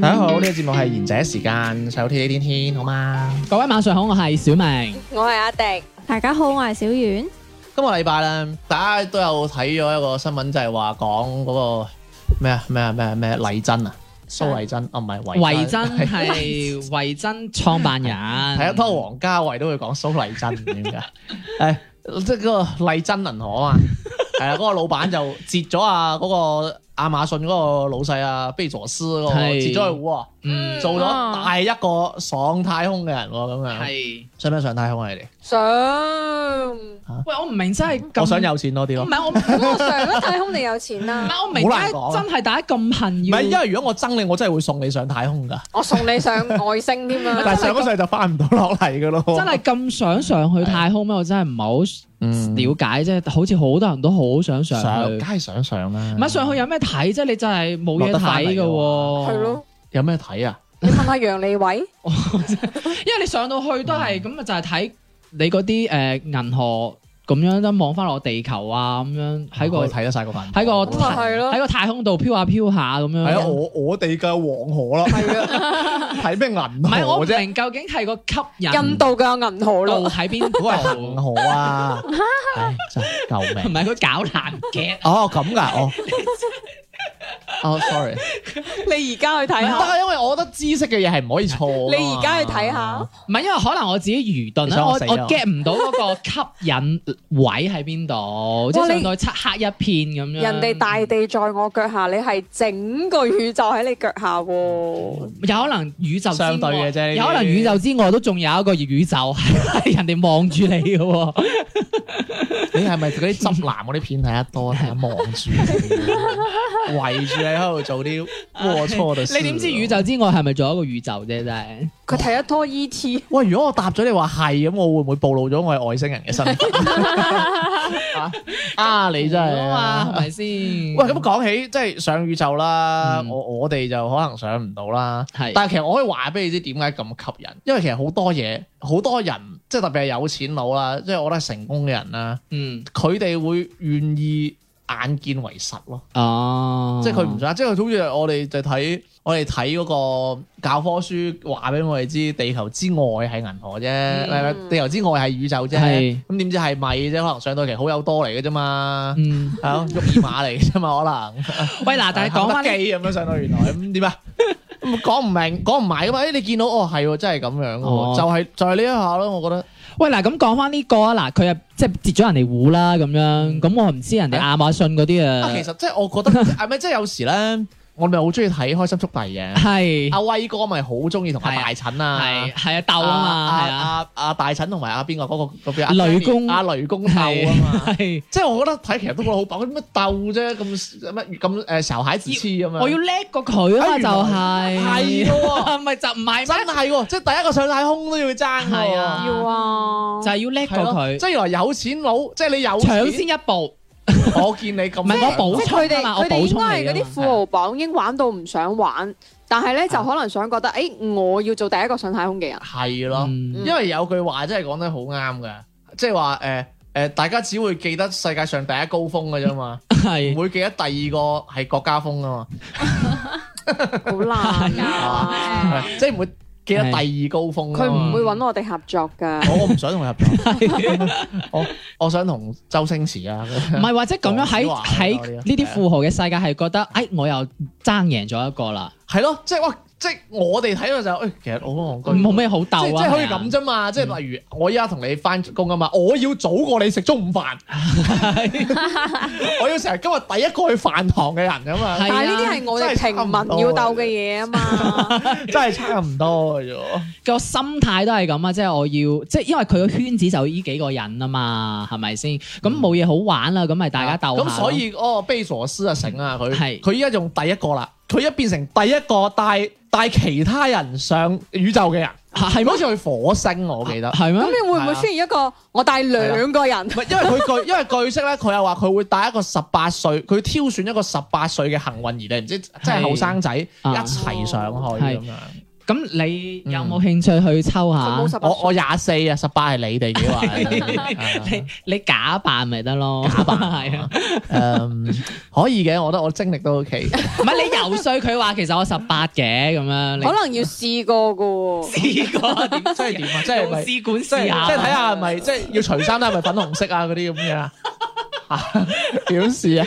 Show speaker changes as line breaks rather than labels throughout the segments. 大家好，呢、個節目係賢者時間，手天天天好嘛？
各位晚上好，我係小明。
我係阿迪。
大家好，我係小遠。
今個禮拜咧，大家都有睇咗一個新聞，就係話講嗰個咩啊咩啊咩啊咩麗珍啊，蘇麗珍啊，唔係
維
維
珍 係維珍創辦人，
係
係
啊，不過王家衞都會講蘇麗珍唔知點 解？誒，即係嗰個麗珍銀河 啊嘛，係啊，嗰個老闆就截咗啊嗰個亞馬遜嗰個老細啊貝佐斯嗰個
係
截咗佢股啊，
嗯
做咗大一個上太空嘅人喎，咁樣
係。
想唔想上太空啊？你哋？
想，
喂，我唔明真係咁，
我想有錢多啲
唔
咯。
係我唔
咁我上咗太空定有錢 啦。
係我唔明
好
點解
難講啊
真係大家咁恨
唔係，因
要。
為如果我憎你，我真係會送你上太空㗎。
我送你上外星添
但
啊！
係上嗰世就翻唔到落嚟㗎咯。
真係咁想上去太空咩？我真係唔係
嗯
好了解啫。好似好多人都好想上
上，
去
梗，係想上啦。
唔係上去有咩睇啫？你真係冇嘢
落得返嚟
睇嘅
嘅
喎。
係。咯，
有咩睇啊？
你問下楊利偉，
因為你上到去都
嗯
係咁啊，就係睇你嗰啲誒銀河咁樣都望翻落地球啊，咁樣喺
我
個
睇得晒個份。
喺個
咁咪啊係咯
喺個太空度飄下飄下咁
係啊，
樣。
我我哋嘅黃河啦， 睇咩銀
啊唔係我
河
唔
啫？
明究竟係個吸引
印度嘅銀河
度
咯，
喺邊
嗰個係
度
恒？河 啊！唉，真係救
唔
命！
係佢搞爛 嘅，
哦，咁㗎， 哦，哦，sorry，
你而家去睇
唔得
下，
啊，因為我覺得知識嘅嘢係唔可以錯㗎嘛。
你而家去睇下，
唔係因為可能我自己愚鈍
你
啦，
想我
我我
死啊
get 唔到嗰個吸引位喺邊度，即係
哇
上
你
到漆黑一片咁樣。
人哋大地在我腳下，你係整個宇宙喺你腳下喎。
有可能宇宙之外
相對嘅啫呢啲
有可能宇宙之外都仲有一個宇宙係係人哋望住你嘅喎。
你係咪嗰啲執男嗰啲片睇得多咧？望住你，圍住你喺度做啲龌龊 嘅事。啊
你點知宇？宙之外係咪仲有一個宇宙啫？真係
佢睇得多 E E.T.
喂，如果我答咗你話係咁，我會唔會暴露咗我係外星人嘅身份？ 啊啊，你真係
啊
啊
嘛，係！咪先？
喂，咁講起即係上宇宙啦，
嗯
我我哋就可能上唔到啦。
係
但係其實我可以話俾你知點解咁吸引，因為其實好多嘢，好多人即係特別係有錢佬啦，即係我覺得係成功嘅人啦，
嗯
佢哋會願意眼見為實咯。
哦，
即係佢唔想，即係好似我哋就睇我哋睇嗰個教科書話俾我哋知，地球之外係銀河啫，唔係唔係地球之外係宇宙啫。
嗯係
咁點知係咪啫？可能上到期好友多嚟嘅啫 嘛，
嗯。
係咯，沃爾瑪嚟嘅啫嘛，可能。
喂嗱，啊但係講
肯
翻
德基咁樣上到原來咁 點啊？咁講唔明，講唔埋噶嘛？誒，你見到哦，係喎，真係咁樣嘅
哦
喎，就係就係呢一下咯，我覺得。
喂嗱，咁講翻呢個啊，嗱，佢啊即係截咗人哋糊啦，咁樣，咁我唔知人哋亞馬遜嗰啲
啊，
啊
其，實即係我覺得 係咪即係有時咧，我咪好中意睇《開心速遞》嘅。
係
阿威哥咪好中意同阿
係啊
大陳啊。
係係啊鬥啊嘛，係啊，
啊啊大陳同埋阿邊個嗰個嗰邊阿啊
雷公
阿雷公鬥啊嘛，
係。
即係我覺得睇其實都覺得好飽，乜鬥啫咁乜咁誒仇蟹自痴咁樣，
我要叻過佢啊嘛，
哎原來係
就係
喎，
咪就唔 係
真
咩？
係喎，即係第一個上太空都要爭
係
喎，
啊
要啊，
就係要叻
係
過
咯，
佢
即，係原來有錢佬，即係你有
搶先
錢，
一步。
我見你咁
唔係我補
即係佢
補充
哋
啊嘛我
佢哋
補
應
充你啊
該
嘛
係嗰啲富豪榜已經玩到唔想玩，但係咧就可能想覺得，誒我要做第一個上太空嘅人。
係咯，
嗯
因為有句話真係講得好啱㗎，即係話誒誒，大家只會記得世界上第一高峰㗎啫嘛，唔
係
會記得第二個係國家峰啊嘛。
好難
係
啊！
咪即係唔會記得第二高峰啊
佢唔
嘛
會揾我哋合作㗎。
我我唔想同佢合作，我我想同周星馳啊，
唔係或者咁樣
黃
喺
子華
喺
嗰啲啊
呢啲富豪嘅世界係覺得，哎，我又爭贏咗一個啦。
係咯，即係哇，即係我哋睇到就，誒，其實我戇居，
冇咩好鬥
即係
啊，
即係可以咁啫嘛。即係例如我依家同你翻工啊嘛，我要早過你食中午飯，我要成日今日第一個去飯堂嘅人啊嘛，
係啊
但係呢啲係我哋平民要鬥嘅嘢啊嘛，
真係差唔多嘅啫喎。
個心態都係咁啊，即係我要，即係因為佢個圈子就呢幾個人啊嘛，係咪先？咁冇嘢好玩啊啦，咁咪大家鬥下咯
嗯啊咁所以哦，貝索斯啊，醒啊佢，
係
佢依家用第一個啦，佢一變成第一個帶帶其他人上宇宙嘅人，
係啊咩
好似去火星我記得。
係
咁
咩？
你會唔會出現一個我帶兩個人
唔？係因為佢 據因為據悉咧，佢又話佢會帶一個十八歲，佢挑選一個十八歲嘅幸運兒咧，唔知即係後生仔一
啊
齊上去咁樣。
咁你有冇興趣去抽下？
冇十八
我我
歲，
廿四啊，十八係你哋嘅話，
你你假扮咪得咯，
假扮 哦
係啊，
誒嗯可以嘅，我覺得我精力都 OK。
唔係你游說佢話其實我十八嘅咁樣，你
可能要試過噶喎。
試 過點
即係點啊？即係
用
咪？
試管
即係
試
即
下，
係睇下係咪即係要除衫啦，係咪粉紅色啊嗰啲咁樣啊？點事啊？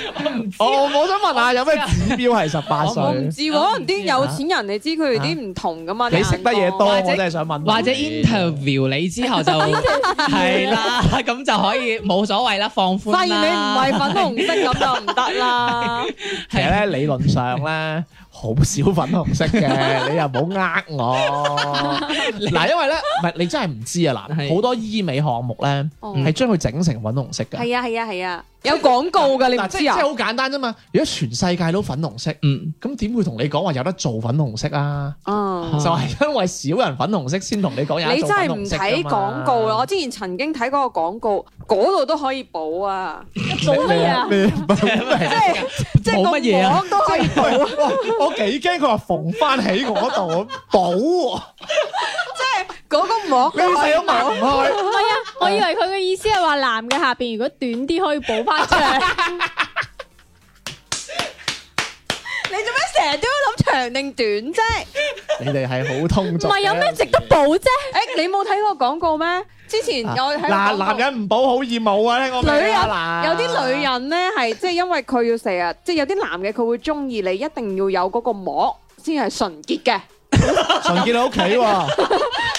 我我想問啊下有咩指標係十八
我唔
歲？
知喎，可能啲有錢人你知佢哋啲唔同噶嘛，
你識得嘢多，
或
我
者
真係想問你。
或者 interview 你之後就係啦，咁就可以冇所謂啦，放寬啦。
發現你唔係粉紅色咁就唔得啦。
其實咧理論上咧好少粉紅色嘅，你又唔好呃我。嗱，因為咧唔係你真係唔知啊！嗱，
係
好多醫美項目咧
哦
係將佢整成粉紅色嘅。
係啊係啊係啊，有廣告噶你唔
嗱，即
知
即係
啊？
好簡單啫嘛！如果全世界都粉紅色，
嗯，
咁點會同你講話有得做粉紅色啊？
嗯。
就係因為少人粉紅色先同你講有
你
得
真
做
係
粉
唔
紅色
睇
㗎嘛
廣告啦！我之前曾經睇嗰個廣告，嗰度都可以補啊，做乜嘢啊？
你你
即係即係
冇乜嘢啊
個網都可以補，
喂我我幾驚佢話縫翻喺我度補喎，
嗰個網
你細都擘唔開。
唔係啊，我以為佢嘅意思係話男嘅下邊如果短啲可以補翻出 嚟，
你做咩成日都要諗長定短啫？
你哋係好通
唔
俗嘅。
係
啊
有咩值得補 啫？
誒，你冇睇過廣告咩？之前
啊？
我睇過
嗱，
廣告
男人唔補好易冇啊！聽我明
女人
啊
有
嗱
啲女人咧係即係因為佢要成日，即係有啲男嘅佢會中意你，一定要有嗰個膜先係純潔 嘅。
純潔喺屋企喎，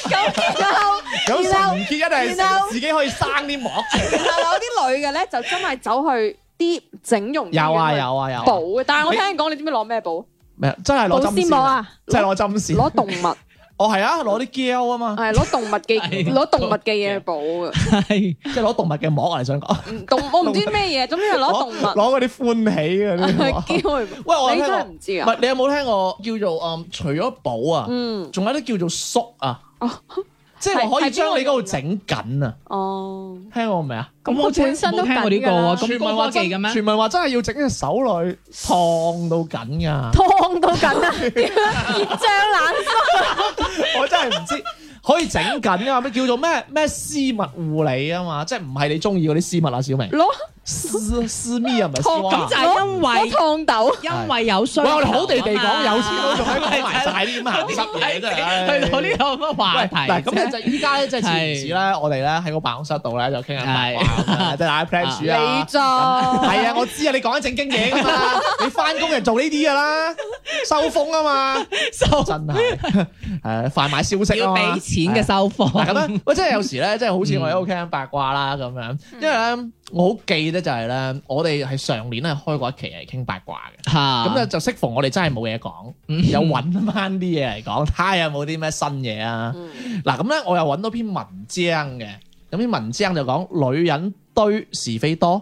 咁然後
咁
然後
純潔一定
然後
係自己可以生啲膜出嚟。
然後有啲女嘅咧就真係走去啲整容
有啊有啊有啊。
補嘅，但係我聽講你知唔知攞 咩補？
咩？真係攞
保
針
鮮
線
膜！啊，
真係攞針線。
攞動物，
我係啊，攞啲膠啊嘛，
係攞動 物嘅
係
攞動物嘅嘢補嘅。
係
即係攞動物嘅膜啊！你想講？
嗯動我 唔知咩嘢，總之係攞動
攞嗰
物
啲歡喜嗰 啲膜。
機會。
喂，我
你
聽
真
過。
係唔知
唔
啊？
係你有冇聽過叫做嗯，除咗補啊，
嗯，
仲有啲叫做縮啊
哦，
即係我可以
係
將你嗰度整緊啊，
哦，
聽過未啊？
咁我
佢本身都
冇聽過呢個啊，
傳
咁
聞
高
話
科技
真，
嘅咩？
傳聞話真係要整隻手裏燙到緊噶，
燙到緊啊，點樣熱脹冷縮？
我真係唔知。可以整緊啊嘛，咩叫做咩咩私密護理啊嘛，即係唔係你中意嗰啲私密啊，小明？
攞
私私密啊，唔係私
燙
咁
密
就。係因
攞
為
燙豆。
因為有需求
喂，
啊嘛
我哋好地地講有錢佬，仲喺度講埋晒啲咁鹹濕嘢真係。
去到呢個乜話
喂，
題
嗱，咁咧
啫？
就依家咧，即係前唔止咧，我哋咧喺個辦公室度咧就傾下八 卦，即係大家 plan 住
你
啊。
咋？
係啊，我知啊，你講緊正經嘢噶嘛， 你翻工就做呢啲噶啦，收風啊嘛，
收
真係誒販賣消息啊嘛
要俾錢嘅收
嗱咁
貨，
樣，喂，即係有時咧，即係好似我喺屋企傾八卦啦咁
嗯
樣，因為咧我好記得就係咧，我哋係上年咧開過一期係傾八卦嘅。
嚇
咁咧就適逢我哋真係冇嘢講，
嗯
又揾翻啲嘢嚟講，睇下有冇啲咩新嘢啊！嗱咁咧，我又揾到篇文章嘅，咁篇文章就講女人堆是非多，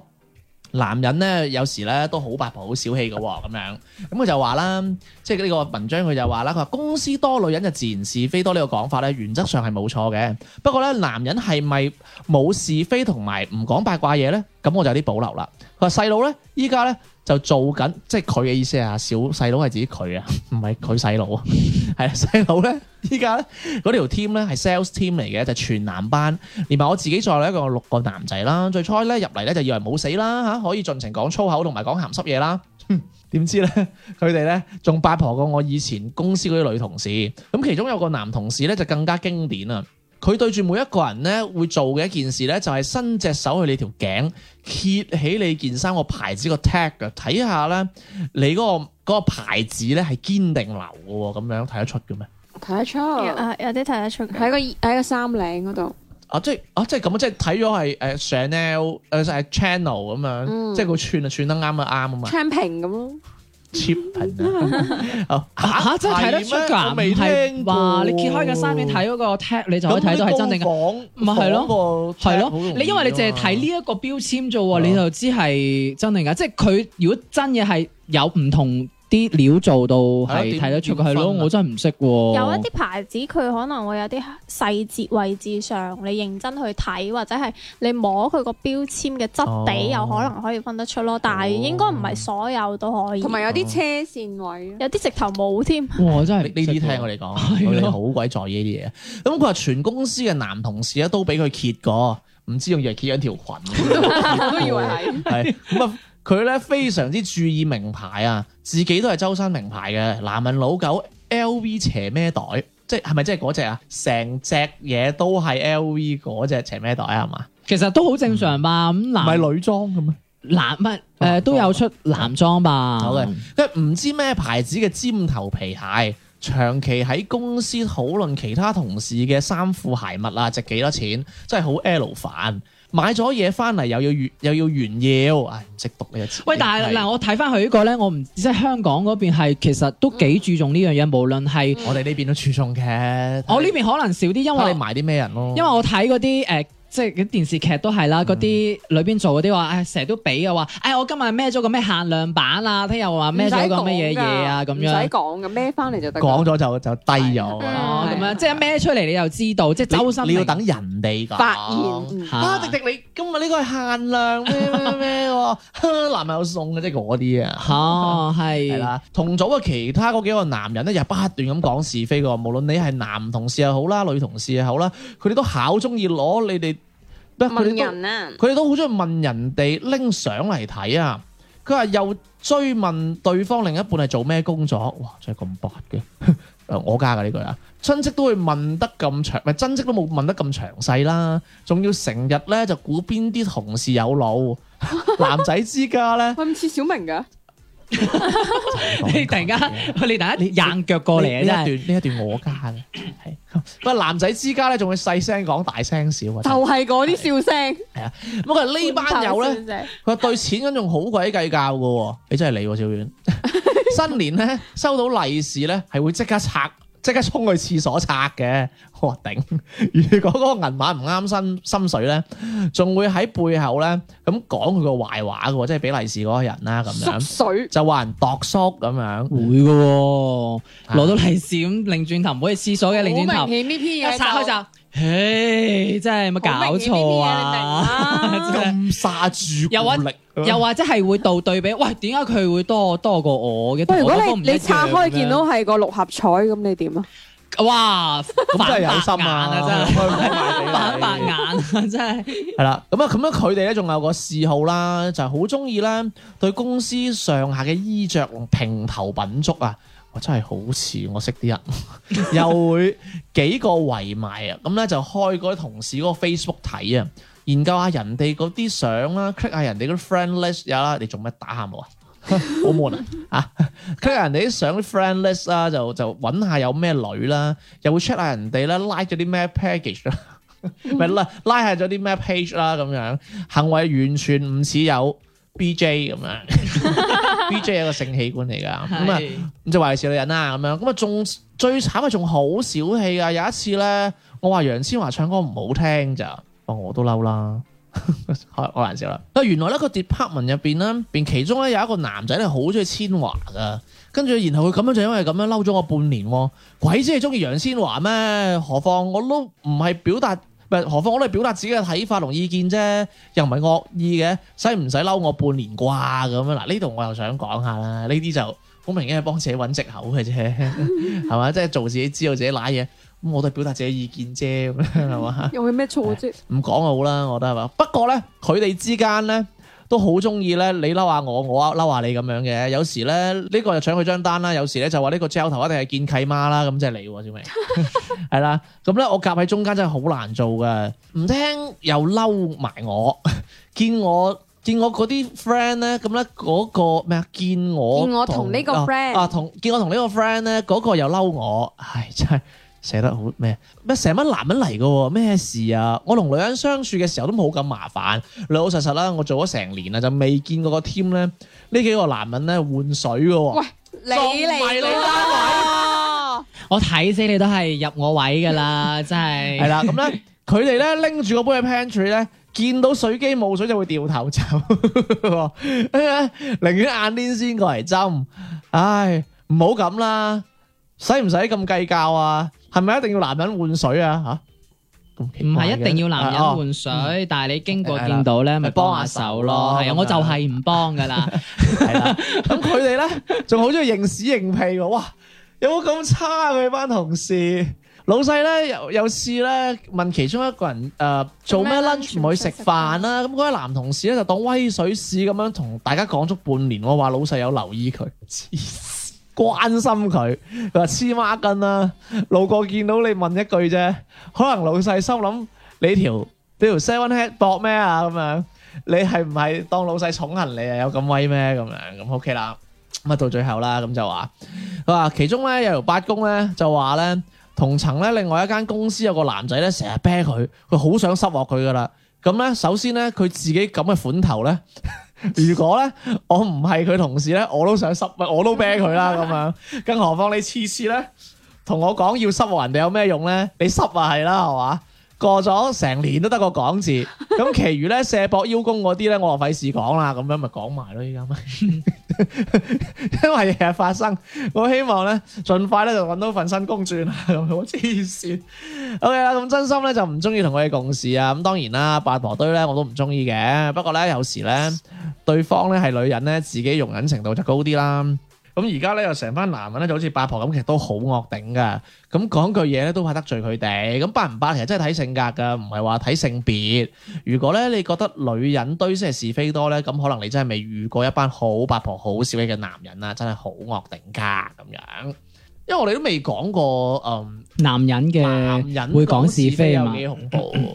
男人咧有時咧都好八婆好小氣嘅喎，咁樣咁佢就話啦，即係呢個文章佢就話啦，佢話公司多女人就自然是非多呢個講法咧，原則上係冇錯嘅。不過咧，男人係咪冇是非同埋唔講八卦嘢咧？咁我就有啲保留啦。佢話細佬咧，依家咧就做緊，即係佢嘅意思係啊，小細佬係指佢啊， 唔係佢細佬啊， 係啊細佬咧，依家咧嗰條 team 咧係 sales team 嚟嘅，就全男班，連埋我自己在內一共有六個男仔啦。最初咧入嚟咧就以為冇死啦嚇，可以盡情講粗口同埋講鹹濕嘢啦。 點知咧，佢哋咧仲八婆過我以前公司嗰啲女同事。咁其中有個男同事咧就更加經典啊！佢對住每一個人咧會做嘅一件事咧，就係伸隻手去你條頸，揭起你件衫個牌子個 tag 嘅，睇下咧你嗰、個嗰個牌子咧係堅定流嘅喎，咁樣睇得出嘅咩？
睇得出
啊有啲睇得出
喺
嘅。
個喺個衫領嗰度，
啊，即係啊，即係咁啊，即係睇咗係誒 Chanel 誒係 Channel 咁樣，
嗯
即係佢串啊串得啱啊啱啊嘛
昌平咁咯。
，cheap 平啊，
吓吓真係睇得出㗎，
我未
唔係
聽
話
過。
你揭開個衫，你睇嗰個 tag，你就可以睇到係真定嘅。
嘅，
咪係咯
咯
係咯，
啊
你因為你淨係睇呢一個標籤啫喎，你就知係真定假。即係佢如果真嘢係有唔同啲料做到係睇得出嘅，係
點
咯，
分啊
我真係唔識喎。
有一啲牌子佢可能會有啲細節位置上，你認真去睇，或者係你摸佢個標籤嘅質地，
哦
有可能可以分得出咯。但係應該唔係所有都可以，
同埋有啲車線位啊，
有啲直頭冇添。
哇，真係啊
呢啲聽我哋講，
係咯
我哋好鬼在意呢啲嘢。咁佢話全公司嘅男同事咧都俾佢揭過，唔知仲以為揭緊條裙，
我都以為係。
係咁啊！佢咧非常之注意名牌啊，自己都係周身名牌嘅男人老狗 LV 斜孭袋，即係係咪即係嗰只啊？成隻嘢都係 LV 嗰只斜孭袋啊係嘛？
其實都好正常吧。咁
唔
男
係女裝嘅咩？
男唔係誒都有出男裝吧。
好嘅，佢唔知咩牌子嘅尖頭皮鞋，長期喺公司討論其他同事嘅衫褲鞋襪啊，值幾多錢，真係好 L 煩。買咗嘢翻嚟又要炫又要炫耀，唉，唔識讀呢個字。
喂，但係
係
嗱，，我睇翻佢呢個咧，我唔即係香港嗰邊係其實都幾注重呢樣嘢，無論係
嗯我哋呢邊都注重嘅。
我呢邊可能少啲，因
睇
為
你買啲咩人咯？
因為我睇嗰啲誒。即係啲電視劇都係啦，嗰啲裏邊做嗰啲話，哎誒成日都俾啊嘅話，誒我今日孭咗個咩限量版啊，聽日話孭咗個咩嘢嘢啊，咁
唔使
樣，
講嘅，孭翻嚟就得㗎。
講咗就就低咗㗎啦。
哦咁樣，即係孭出嚟你就知道，即係
你
周身
你要
明
等人哋講。
發現嗯
啊！
嚇
迪迪，你今日呢個係限量咩咩咩喎？ 男朋友送嘅即係嗰啲啊。
哦
係
係，
啦，同組嘅其他嗰幾個男人咧，又不斷咁講是非嘅喎。無論你係男同事又好啦，女同事又好啦，佢哋都考中意攞你哋，不佢
問
哋都
人啊，
佢哋都好中意問人哋拎相嚟睇啊。佢話又追問對方另一半係做咩工作，哇！真係咁白嘅， 誒我家嘅呢句啊。親戚都會問得咁詳，咪親戚都冇問得咁詳細啦，仲要成日咧就估邊啲同事有腦， 男仔之家咧，
喂，唔似小明㗎，
你突然間 你突然間硬腳過嚟啊，真
呢
係
呢。一段呢一段我家嘅，係不過男仔之家咧，仲會細聲講大聲笑啊！
就係嗰啲笑聲。
咁佢話呢班友咧，
咧，
佢話對錢嗰仲好鬼計較嘅喎，你真係你喎，小 遠。新年咧收到利是咧，係會即刻拆，即刻衝去廁所拆嘅。我頂！如果嗰個銀碼唔啱心心水咧，仲會喺背後咧咁講佢個壞話嘅喎，即係俾利是嗰個人啦咁
縮
樣，
水，
就話人度縮咁樣。
會嘅喎，攞到利是咁擰轉頭，唔好去廁所嘅擰轉
好
頭，
明顯呢篇嘢
一拆開
就
就，唉，真係有冇搞錯啊！
啊！
咁沙住
又或
鼓力，
又或者係會倒對比，喂，點解佢會多多過我嘅？
喂，如
同我
果
嗰個唔一
你
樣
你拆開
咁樣
見到係個六合彩咁，你點啊？
哇，
咁真係有
反白
心
眼
啊！
啊，真 係反白眼
係
啊，真係
啦，咁啊，咁樣佢哋咧仲有個嗜好啦，就係好中意咧對公司上下嘅衣着評頭品足啊！我真係好似我識啲人， 又會幾個圍埋啊，咁咧就開嗰啲同事嗰個 Facebook 睇啊，研究下人哋嗰啲相啦，click 下人哋嗰啲 friend list 啊，你做咩打喊我啊？ 好悶啊！啊，click 下人哋啲相啲 friend list 啦，就就揾下有咩女啦，又會 check 下人哋啦，like 咗啲咩 package 啦， 咪拉拉下咗啲咩 page 啦，咁樣行為完全唔似有 BJ 咁樣 ，BJ 係一個性器官嚟㗎，咁啊。咁就話係少女人啦咁樣，咁啊仲最慘係仲好小氣啊！有一次咧，我話楊千嬅唱歌唔好聽咋，哦我都嬲啦， 開開玩笑啦。啊原來咧個 department 入邊咧，邊其中咧有一個男仔咧好中意千嬅噶，跟住然後佢咁樣就因為咁樣嬲咗我半年喎，鬼知你中意楊千嬅咩？何況我都唔係表達。唔係何況我都係表達自己嘅睇法同意見啫，又唔係惡意嘅，使唔使嬲我半年啩咁樣？嗱，呢度我又想講下啦，呢啲就好明顯係幫自己揾藉口嘅啫，係嘛？即係做自己知道自己賴嘢，咁我都係表達自己意見啫，咁樣係嘛？
有冇咩錯啫？
唔講好啦，我覺得係嘛。不過咧，佢哋之間咧都好中意咧，你嬲下我，我嬲下你咁樣嘅。有時咧呢、個就搶佢張單啦，有時咧就話呢個焦頭一定係見契媽啦，咁即係你喎，小明係啦。咁咧我夾喺中間真係好難做噶，唔聽又嬲埋我， 見我。見我嗰啲 friend 咧，咁咧嗰個咩啊？見我
見我同呢個
啊
friend
啊，同見我同呢個 friend 咧，嗰、個又嬲我，唉，真係寫得好咩？咩成班男人嚟嘅喎，咩事啊？我同女人相處嘅時候都冇咁麻煩，老老實實啦，我做咗成年啦，就未見過個 team 咧，呢幾個男人咧換水嘅喎。
你
仲唔係
嚟
你
啦，
我睇死你都係入我位 噶啦，真係
係啦，咁咧佢哋咧拎住個杯嘅 pantry 咧，見到水機冇水就會掉頭走， 寧願晏啲先過嚟斟。唉，唔好咁啦，使唔使咁計較啊？係咪一定要男人換水啊？吓，咁奇
唔
怪
係
嘅
一定要男人
啊哦嗯
換水，但係你經過
係啦
見到咧，咪
咪幫
幫
下手
下手
咯
咯。係
咁
啊，我
樣
就係唔幫噶啦。
係啦， 咁佢哋咧仲好中意認屎認屁喎，哇！有冇咁差啊佢班同事？老細咧有有次咧問其中一個人誒、呃做咩
做咩
lunch
lunch
唔
唔
去
去
食
食飯
飯啊
啊
啦，咁嗰位男同事咧就當威水史咁樣同大家講足半年，我話老細有留意佢，黐線關心佢，佢話黐孖筋啦，路過見到你問一句啫，可能老細心諗你條你條 seven head 搏咩啊咁樣。你係唔係當老細寵幸你啊？有咁威咩？咁樣咁 OK 啦。咁啊到最後啦，咁就話佢話其中咧有條八公咧就話咧同層咧另外一間公司有個男仔咧成日啤佢，佢好想濕落佢噶啦。咁咧首先咧佢自己咁嘅款頭咧， 如果咧我唔係佢同事咧，我都想濕，我都啤佢啦咁樣。更何況你次次咧同我講要濕落人哋有咩用咧？你濕啊係啦係嘛？過咗成年都得個講字，咁其餘咧卸膊邀功嗰啲咧，我就費事講啦，咁樣咪講埋咯，依家咪，因為日日發生，我希望咧盡快咧就揾到份新工轉啦，咁樣我黐線。OK 啦，咁真心咧就唔中意同佢哋共事啊，咁當然啦，八婆堆咧我都唔中意嘅，不過咧有時咧對方咧係女人咧，自己容忍程度就高啲啦。咁而家咧又成班男人咧就好似八婆咁，其實都好惡頂㗎。咁講句嘢咧都怕得罪佢哋，咁八唔八其實真係睇性格㗎，唔係話睇性別。如果咧你覺得女人堆先係是非多咧，咁可能你真係未遇過一班好八婆好小氣嘅男人啊啦，真係好惡頂㗎咁樣。因為我哋都未講過，嗯，
男
男
人嘅
人
會講是非啊
有
嘛。
幾恐怖喎。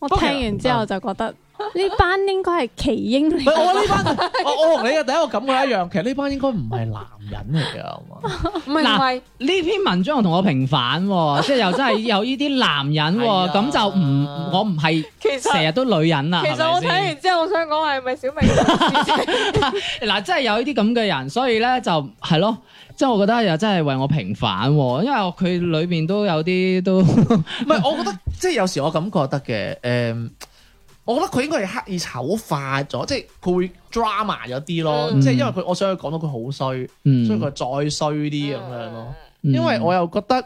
我
不過
聽
其實啊
完之後就覺得呢班應該係奇英
唔係我
嚟，
呢班，我我同你嘅第一個感覺一樣，其實呢班應該唔係男人嚟㗎，係嘛？
唔係唔係，
呢篇文章又同我平 反喎，即係又真係有呢啲男人
係
喎，
啊
咁就唔我唔係
其實
成日都女人啦，
其實
係
我睇
咪
完之後，我想講係咪小明同事？
先？嗱，真係有呢啲咁嘅人，所以咧就係咯，即係我覺得又真係為我平反喎，因為佢裏邊都有啲都
唔係，我覺得即係有時我咁覺得嘅，誒、我覺得佢應該係刻意醜化咗，即係佢會 drama 咗啲咯，
嗯
即係因為佢，我想佢講到佢好衰，所以
嗯
佢，再衰啲咁樣咯。
嗯
因為我又覺得，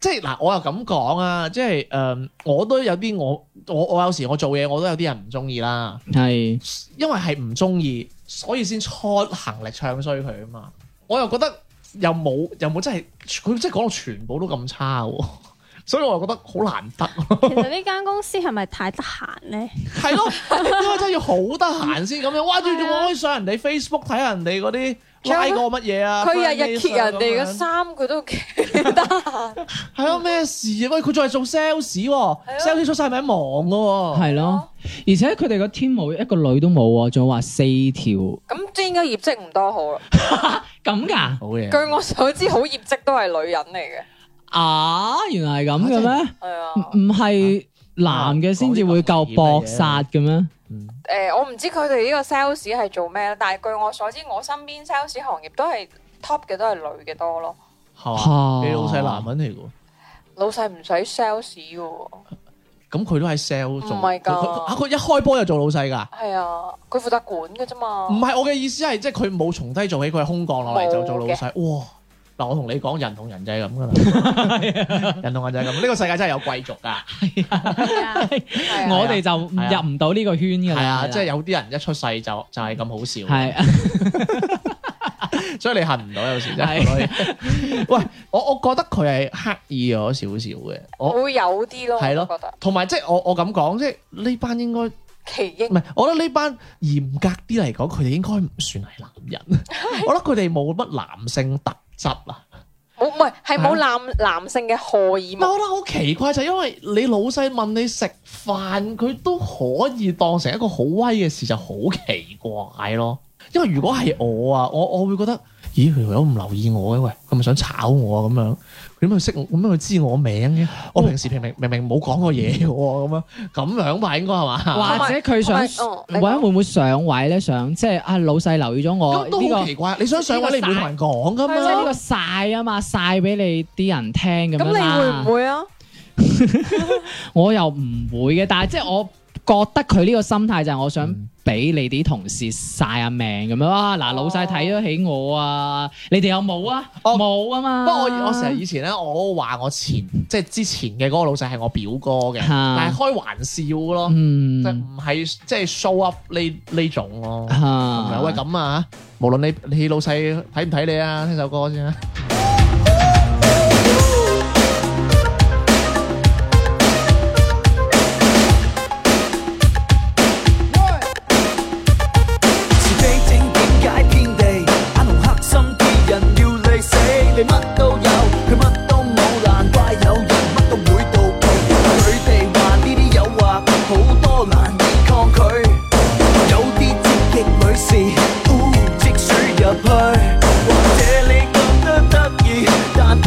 即係嗱，我又咁講啊，即係誒、我都有啲我我我有時我做嘢我都有啲人唔中意啦，
係
因為係唔中意，所以先出行力唱衰佢啊嘛。我又覺得又冇又冇真係佢即係講到全部都咁差喎， 所以我又覺得好難得。
其 實呢間公司係咪太得閒咧？
係咯，因為真係要好得閒先咁樣。哇，仲仲
係啊
可以上人哋 Facebook 睇下人哋嗰啲
仲有
拉
咩
過乜嘢啊？
佢日日揭人哋嘅
衫，
衫，佢都幾 得閒。
係咯咩事啊？喂，佢仲係啊做 sales 喎，sales 出晒名忙嘅喎。
係咯，而且佢哋個 team 冇一個女都冇喎，仲話四條
咁即係應該業績唔多好啦。
咁㗎？
好嘢
據我所知，好業績都係女人嚟嘅。
啊，原來係咁嘅咩？
係 啊
唔，唔
啊
係男嘅先至會夠搏殺嘅咩？
誒，我唔知佢哋呢個 sales 係做咩啦，但係據我所知，我身邊 sales 行業都係 top 嘅都係女嘅多咯。
係嘛？
嚇
你老細男人嚟嘅喎，
老細唔使 sales 嘅喎，
咁佢都係 sell 做。
唔
佢
係㗎
佢嚇佢一開波就做老細㗎。
係啊，佢負責管嘅啫嘛
唔。係我嘅意思係，即係佢冇從低做起，佢係空降落嚟
冇
就做老細。哇！嗱，我同你講，人同人就係咁㗎 啦，人同人就係咁。呢個世界 真係有啊貴族㗎。
係啊
係啊
我哋就入唔到呢個圈嘅啦。
係啊，
啦
即係有啲人一出世就就係咁好笑，
係
所以你恨唔到有時真
係
係。喂，我我覺得佢係刻意咗少少嘅，我
會有啲咯，
係咯
我覺得。
同埋即係我我咁講，即係呢班應該
奇英
唔係，我覺得呢班嚴格啲嚟講，佢哋應該唔算係男人。我覺得佢哋冇乜男性特質啊。
冇唔係係冇男男性嘅荷
唔
爾
係，
蒙，
我覺得好奇怪就係因為你老細問你食飯，佢都可以當成一個好威嘅事，就好奇怪咯。因為如果係我啊，我我會覺得，咦佢有唔留意我嘅喂，佢咪想炒我啊咁樣？佢點解識我？點解佢知我名嘅？我平時明明明明冇講過嘢嘅喎，咁樣咁樣吧，應該係嘛？
或者佢想
同埋
或
哦
者會唔會上位咧？想即係啊老細留意咗我
咁
呢
都好
個。
奇怪，你想上位你唔會同人講噶
即係呢
嘛？
個晒啊嘛，晒俾你啲人聽咁
咁
樣啦
你會唔會啊？
我又唔會嘅，但係即係我覺得佢呢個心態就係我想
嗯
俾你啲同事晒下命咁樣啊！嗱，老細睇咗起我啊，你哋有冇啊？
哦
冇啊嘛。
不過我我成日以前咧，我話我前即係之前嘅嗰個老細係我表哥嘅，
嚇
但係開玩笑咯，就
嗯
唔係即係 show up 呢呢種咯。唔係
嚇
喂咁啊，無論你你老細睇唔睇你啊，聽首歌先啊。
是非正點解遍地眼紅黑心啲人要你死？你乜都有，佢乜都冇，難怪有人乜都會妒忌。佢哋話呢啲誘惑好多難以抗拒，有啲接極女士，哦即輸入去，或者你覺得得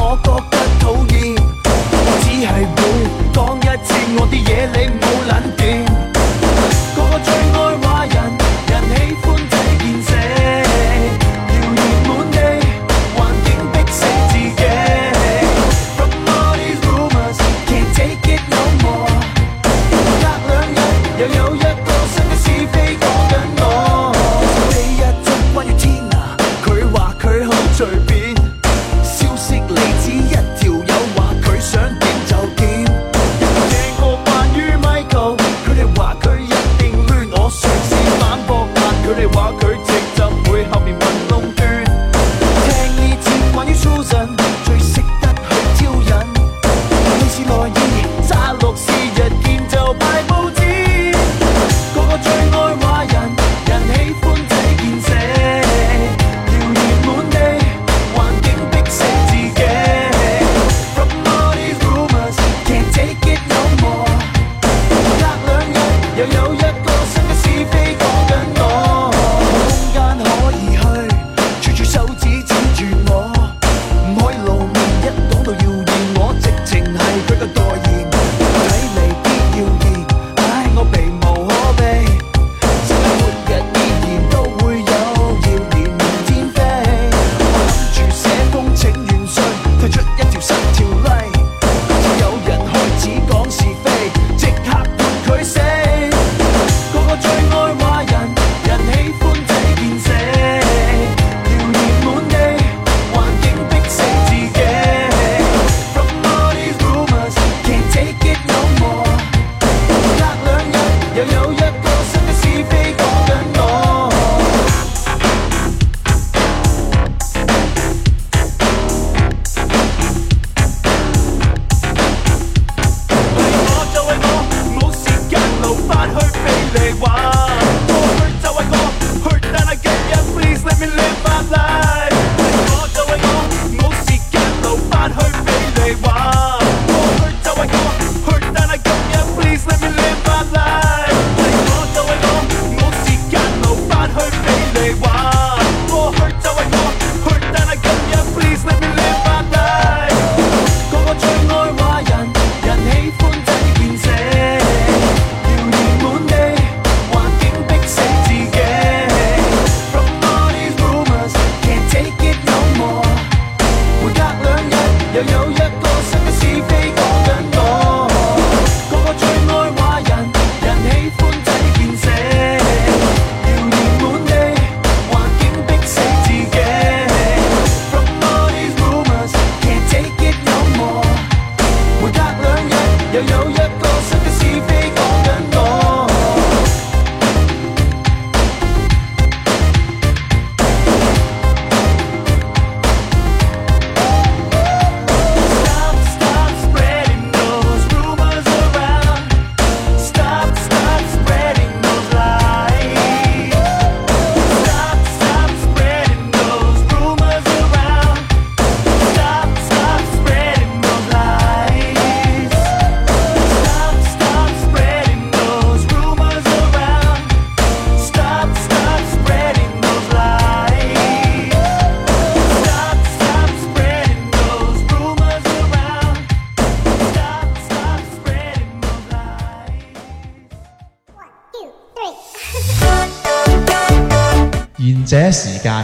賢者時間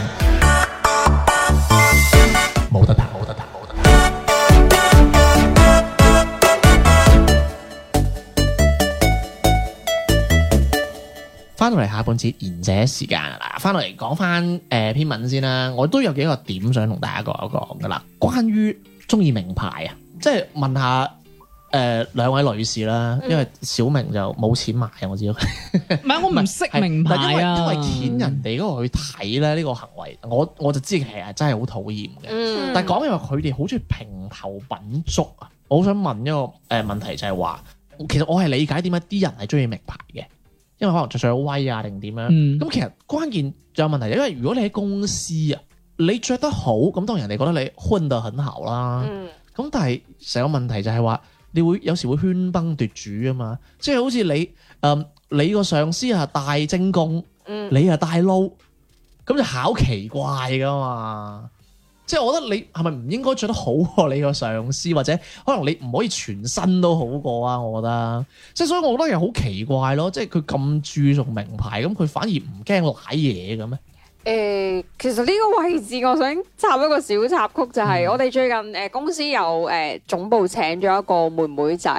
冇得彈，冇得彈，冇得彈。翻到嚟下半節賢者時間啊啦，嗱翻到嚟講翻誒篇文先啦，我都有幾個點想同大家講一講噶啦，關於中意名牌啊，即係問下誒、呃、兩位女士啦，因為小明就冇錢買啊，我知道。
唔係我唔識名牌啊，
係因為因為掀人哋嗰個去睇咧呢個行為，我我就知其實真係好討厭嘅。
嗯
但係講起話佢哋好中意平頭品足啊，我好想問一個誒、呃、問題就係話，其實我係理解點解啲人係中意名牌嘅，因為可能着上威啊定點樣。咁、
嗯
其實關鍵仲有問題，因為如果你喺公司啊，你着得好，咁當然人哋覺得你混得很好啦。
嗯，
咁但係成個問題就係話，你會有時會喧賓奪主啊嘛，即係好似你誒、嗯你個上司係大精工，
嗯
你係大撈，咁就考奇怪噶嘛。即係我覺得你係咪唔應該着得好過你個上司，或者可能你唔可以全身都好過啊？我覺得，即係所以我覺得又好奇怪咯，即係佢咁注重名牌，咁佢反而唔驚舐嘢嘅咩？
誒、其實呢個位置我想插一個小插曲，就係、我哋最近誒、公司有誒、總部請咗一個妹妹仔，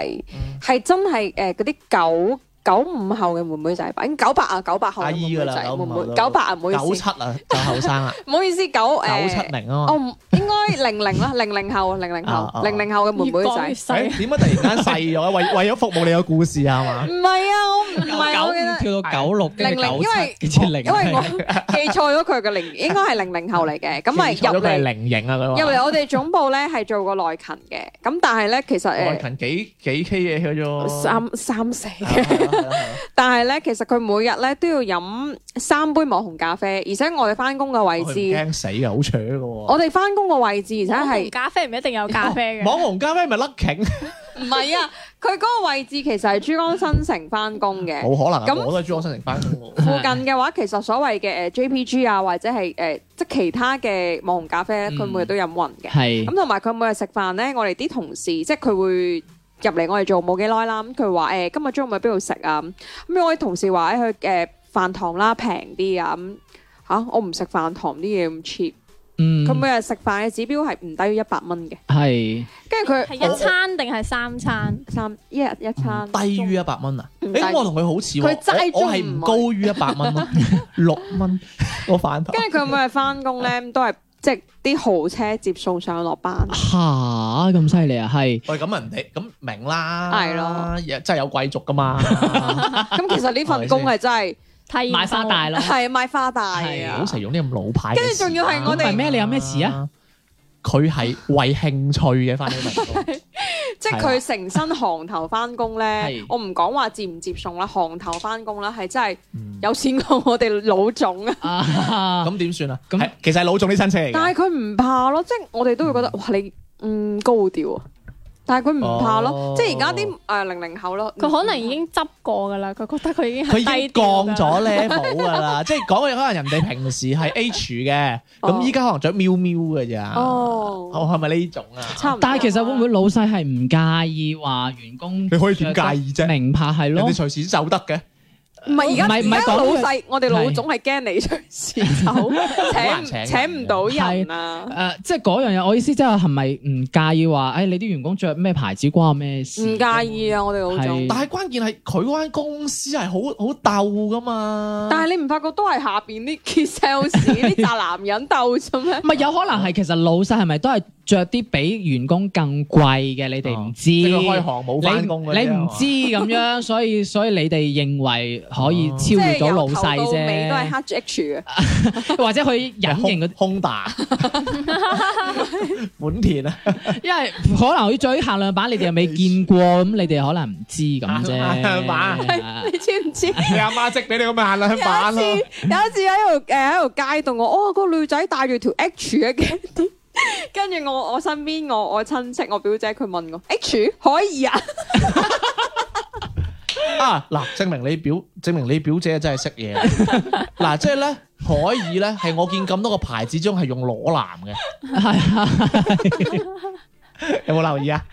係、真係誒嗰啲九九五後嘅妹妹仔吧，九八啊九八後
阿
嘅妹
姨
妹
噶啦，
仔，
九
妹
五後
妹
都
九八啊，唔好
九
意思
七，啊，就後生 啦，
唔好意思九誒，
九七零啊嘛
我。唔應該零 零啦，零零後，零零
啊啊
後，零零後嘅妹妹仔。
越講越細
哎點解突然間細咗？為 為咗服務你嘅故事啊嘛？
唔係啊，我唔唔
由
係，我記得
九五跳到九六，跟住
零零
九
因為
七，跟住零
因為我
零，
記錯咗佢嘅零，應該係零零後嚟嘅。咁咪
記錯咗
入
佢係
嚟
零型啊！佢話
入嚟我哋總部咧係做過內勤嘅，咁但係咧其
外
實
勤幾幾 K 嘢嘅
誒
啫。
三三四
係啊
嘅，
係啊係啊
但係咧其實佢每日咧都要飲三杯網紅咖啡，而且我哋翻工嘅位
佢唔
置，
驚死啊，好扯嘅喎。
我哋翻工嘅位置，而且
哎係
係
咖啡唔一定有咖啡 嘅，
網紅咖啡咪甩 頸，
唔係啊？ 佢嗰個位置其實係珠江新城翻工嘅。
冇可能啊！
咁
我都係珠江新城翻 工
附
喎。
近嘅話，其實所謂嘅誒 JPG 啊，或者係誒、呃即係其他嘅網紅咖啡咧，佢
嗯
每日都飲暈嘅。
係
咁同埋佢每日食飯咧，我哋啲同事即係佢會入嚟我哋做冇幾耐啦。咁佢話誒今日中午喺邊度食啊？咁我啲同事話誒去誒飯堂啦，平啲啊咁。嚇、我唔食飯堂啲嘢咁 cheap，
嗯
佢每日食飯嘅指標係唔低於一百蚊嘅，
係
跟住佢
係一餐定係三餐？
三一日一餐，
低於一百蚊啊！
唔
誒，
低
咁我同佢好似喎，
佢齋
我
中
我係唔高於一百蚊 咯，六蚊個飯堂。
跟住佢每日翻工咧都係即係啲豪車接送上落班。
吓咁犀利啊，係
喂，咁人哋咁明啦，
係咯，
真係有貴族噶 嘛。
咁其實呢份工係真係
睇
買花大咯，
係賣花大
係
啊
好！成日用啲咁老牌嘅詞啊。
跟住仲要係我哋
咁係咩你有咩詞啊？
佢係為興趣嘅翻嚟明。
即係佢成身行頭翻工咧
係，
我唔講話接唔接送啦，行頭翻工啦，係真係
嗯
有錢過我哋老總啊！
啊
咁點算啊？
咁
係其實係老總啲親戚嚟嘅。
但係佢唔怕咯，即係我哋都會覺得哇你嗯高調啊！但係佢唔怕
哦
咯，即係而家啲誒零零後咯，嗯
佢可能已經執過噶啦，佢覺得佢已經
佢
係
已經
低
降
調㗎
咗 level 㗎啦， 即係講嘅可能人哋平時係 H 嘅，咁
哦
依家可能着喵喵㗎咋。
哦
我係咪呢種啊？
差
啊
唔多。
但係其實會唔會老細係唔介意話員工
你可以點介意啫
名牌係
人
咯
哋，隨時走得嘅，
唔係而家
唔係唔係
而家
講
老
佢
細，我哋老總係驚你隨 時走，
難請
請唔請唔到人啊！
誒啊即係嗰樣嘢，我意思即係係咪唔介意話誒你啲員工着咩牌子關我咩事？
唔介意啊，我哋老總
係。
但係關鍵係佢嗰間公司係好好鬥㗎嘛。
但係你唔發覺都係下邊啲 key sales 啲宅男人鬥 啫咩？
唔係有可能係其實老細係咪都係着啲比員工更貴嘅？你哋唔知，
即係佢開行冇翻工嗰啲
你
啊
唔
嘛
知咁樣，所以所以你哋認為可以超越到老細
即係由頭到尾都
啫，
係黑啊 H 嘅。
或者佢隱形嗰，
空大 本田啊，
因為可能佢最限量版你哋又未見過，咁你哋可能唔知咁啫。
限量版
你知唔知？有
你阿媽積俾你咁嘅限量版啊
一
咯。
次有一次喺度誒喺度街度我哦個女仔戴住條 H 嘅頸鏈， 跟住我我身邊我我親戚我表姐佢問我 H 可以啊？
啊嗱，證明你表證明你表姐真係識嘢啦。嗱，即係咧，可以咧，係我見咁多個牌子中係用裸男嘅。係啊， 有冇留意啊？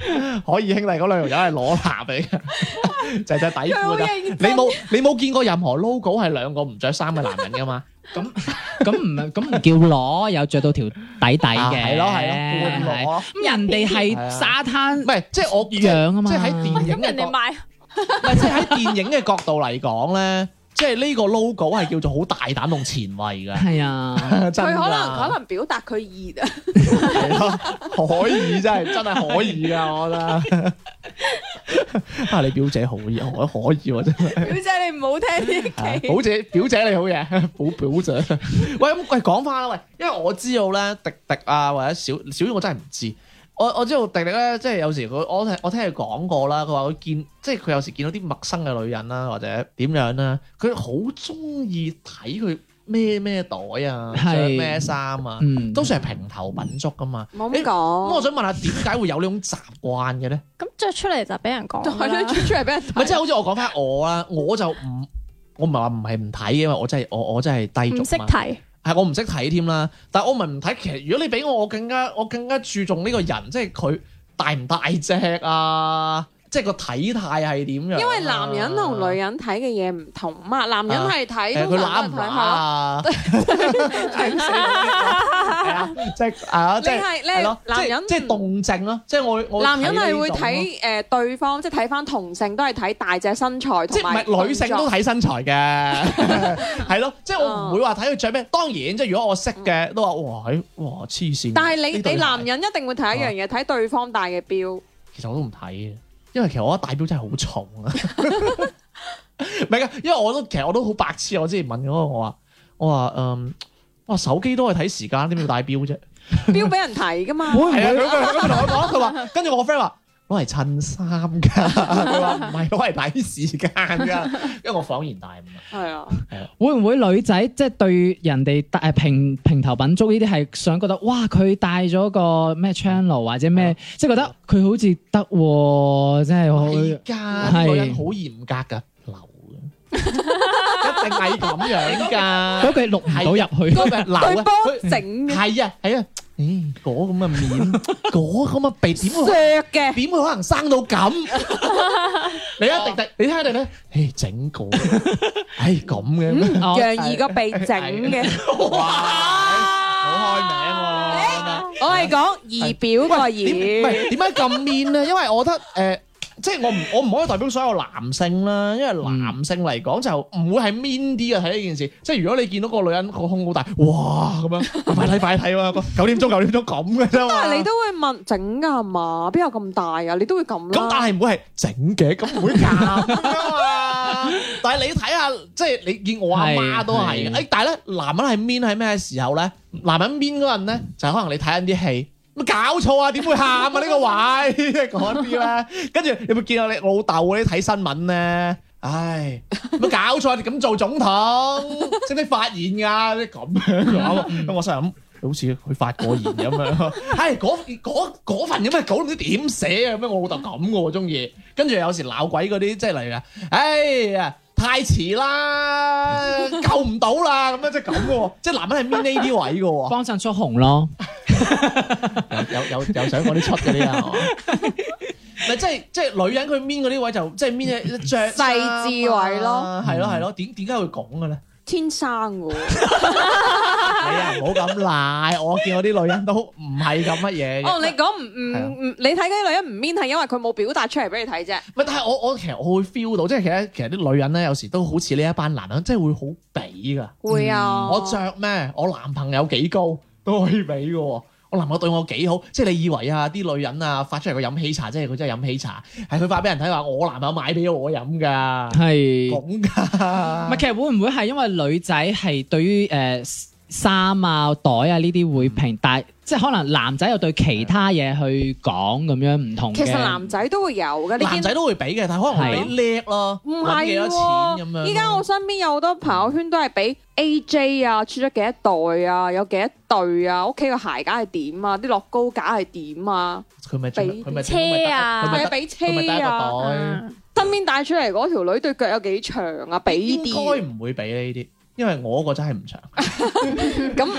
可以兄弟嗰兩條友係裸男嚟嘅，就係隻底褲
佢好
㗎咋。
認
你
真
冇你冇見過任何 logo 係兩個唔着衫嘅男人噶嘛？
咁咁唔咁唔叫裸，有着到條底底
啊
嘅，
係咯係咯，半裸咯，
咁人哋
係
係
啊
沙
唔
灘
係即係我即係
樣啊嘛，
即係喺電影
咁
嘅
人
角
哋，買
唔係即係喺電影嘅角度嚟講咧，即係呢個 logo 係叫做好大膽同前衞㗎。
係啊，
真㗎
佢可能可能表達佢熱啊，
係咯，可以真係真係可以噶，我覺 得。啊，你表姐好嘢，我可以喎真係。
表姐你唔好聽呢
啊
期。
表姐表姐你好嘢， 表表 姐。喂咁喂講翻啦，喂，因為我知道咧，迪迪啊或者小小婉我真係唔知。我我知道迪迪咧，即係有時佢我聽我聽佢講過啦，佢話佢見即係佢有時見到啲陌生嘅女人啦，或者點樣啦，佢好中意睇佢孭咩袋啊，
係
着咩衫啊，
嗯，
通常係平頭品足噶嘛。
冇
你
咁
咁我
講，
想問下，點解會有呢種習慣嘅咧？
咁着出嚟就俾人講
係
㗎啦
咯，出出嚟俾人
咪
睇
即係好似我講翻我啦，我就唔，我唔係話唔係唔睇嘅，因為我真係我我真係低
唔啊識
俗嘛，
睇，
係我唔識睇添啦。但係我唔係唔睇，其實如果你俾我，我更加我更加注重呢個人，即係佢大唔大隻啊，即係個體態係點樣啊、
因為男人同女人睇嘅嘢唔同嘛，男人係睇
誒啊佢
通常
乸
都
唔
係睇
乸
下
啊？ 係啊，即係啊，
你
即係
係
係
你
咯，
男
即
人
係即係動靜咯，即係我我
男人係
係
會睇誒對方，即係睇翻同性都係睇大隻身材
即
同埋
係唔係女性都
動作哦
睇身材 嘅，係咯，即係我唔會話睇佢着咩。當然，即係如果我識嘅都話哇，係哇黐線。
嗯但係你
呢對
你
鞋啊
男人一定會睇一樣嘢，睇對方戴嘅 錶。
其實我都唔睇嘅，因為其實我覺得大表真係好重 啊。唔係噶，因為我都其實我都好白痴啊。我之前問嗰個我話我話嗯，我話手機都係睇時間，點解要戴表啫？
標俾人睇噶嘛，
係啊，佢佢佢同我講，佢話跟住我個 friend 話。攞嚟襯衫㗎，佢話唔係攞嚟睇時間㗎，因為我恍然大悟啊。
係啊，
會唔會女仔即係對人哋戴平平頭品足呢啲係想覺得哇佢戴咗個咩 channel 或者
啊
咩，即係覺得佢好似得喎，真係
而
好。
家女人好嚴格噶，流嘅，一定係咁樣
嗰
㗎。
句錄唔到入去，
嗰個流
對
啊，
波
佢
整嘅
係啊係啊，咦嗰咁嘅面，嗰咁嘅鼻點啊會
削
點
嘅，
會可能生到咁？你一定定，你睇下定咧，唉整過，唉咁嘅，
哦
楊怡個鼻整嘅。
哇，好開名喎。
我係講儀表個
點唔
儀，
係點解咁 mean 咧？因為我覺得誒、呃即係我唔我唔可以代表所有男性啦，因為男性嚟講就唔會係 mean 啲嘅啊睇呢件事。即係如果你見到個女人個胸好大，哇咁樣，快睇快睇喎！九點鐘九點鐘咁嘅啫
但
嘛。
係啊你都會問整㗎係嘛？邊有咁大啊？你都會咁
咁
啦。
但係唔會係整嘅，咁唔會咁㗎嘛。但係你睇下，即係你見我阿媽都係
係
嘅。
係
誒，但係咧，男人係 mean 喺咩時候咧？男人 mean 嗰陣咧，就係可能你睇緊啲戲。咪搞錯啊！點會喊啊？呢個位即係嗰啲咧，跟住你有冇見到你老豆嗰啲睇新聞咧？唉，咪搞錯啊！你咁做總 統，識唔識發言㗎？你咁樣講，咁我心諗。好似佢發過言咁 樣，係嗰嗰嗰份咁嘅稿唔知點寫啊？咩我老豆咁嘅喎，中意。跟住有時鬧鬼嗰啲，即係例如啊，哎呀太遲 啦，救唔到啦，咁樣即係咁嘅喎，即係男人係 mean 呢啲位嘅喎。
幫襯出紅咯，
有有有想講啲出嗰啲 啊，係嘛咪即係即係女人佢 mean 嗰啲位就即係 mean 着
細緻位咯，
啊係咯嗯係咯，點點解會咁嘅咧？
天生嘅喎。
你啊唔好咁賴，我見我啲女人都唔係啊咁乜嘢嘅。
哦，你講唔唔唔，你睇嗰啲女人唔 mean 係因為佢冇表達出嚟俾你睇啫。
唔係，但係我我其實我會 feel 到，即係其實其實啲女人咧，有時都好似呢一班男人，即係會好比噶。
會
嗯
啊，
我着咩？我男朋友幾高都可以比嘅喎。我男朋友對我幾好，即係你以為啊啲女人啊發出嚟佢飲喜茶，即係佢真係飲喜茶，係佢發俾人睇話我男朋友買俾我飲 㗎，
係。
咁㗎。
唔係，其實會唔會係因為女仔係對於誒衫啊、袋啊呢啲
嗯
會平，但係即係可能男仔又對其他嘢去講咁樣唔同嘅。
其實男仔都會有嘅，你
男
見
仔都會比嘅，但係可能你叻咯，
唔
揾幾多
係
錢咁樣
喎？
咯。
依家我身邊有好多朋友圈都係俾 AJ 啊，出咗幾多袋啊，有幾多對啊，屋企個鞋架係點啊，啲樂高架係點啊，
佢咪最
比
佢咪
車啊
佢咪
係啊，
得
俾車
佢咪得一個
啊，
袋。
嗯
身邊帶出嚟嗰條女對腳有幾長啊，俾
應
啲
該唔會俾呢啲，因為我個真係唔長。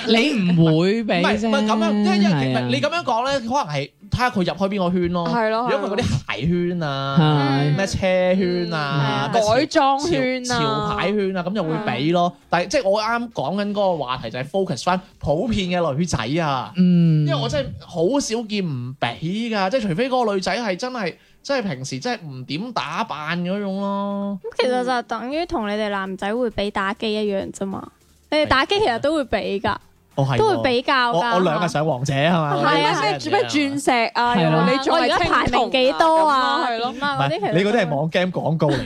你唔會
唔
俾
係
啫，
唔係咁樣，因為因為
係
其
啊
實你咁樣講咧，可能係睇下佢入開邊個圈咯。
係咯
如果佢嗰啲鞋圈啊、
係
咩車圈啊、
嗯
咩潮
改裝圈
潮潮
啊
牌，圈啊，咁就會俾咯。但係即係我啱啱講緊嗰個話題就係 focus 翻普遍嘅女仔啊，
嗯，
因為我真係好少見唔俾㗎，即係除非嗰個女仔係真係真係平時真係唔點打扮嗰種咯。
咁其實就等於同你哋男仔會俾打機一樣啫嘛。你哋打機其實都會俾㗎，
我哦係
都會比較
我
㗎。
我兩日上王者係嘛？
係啊
咩咩鑽石啊，
係咯
你
哦我
仲
而
係
家排
青銅啊
名幾多
咁
啊？
係咯。
點啊
唔
嗰啲其
係
實
你嗰啲係網 game 廣告嚟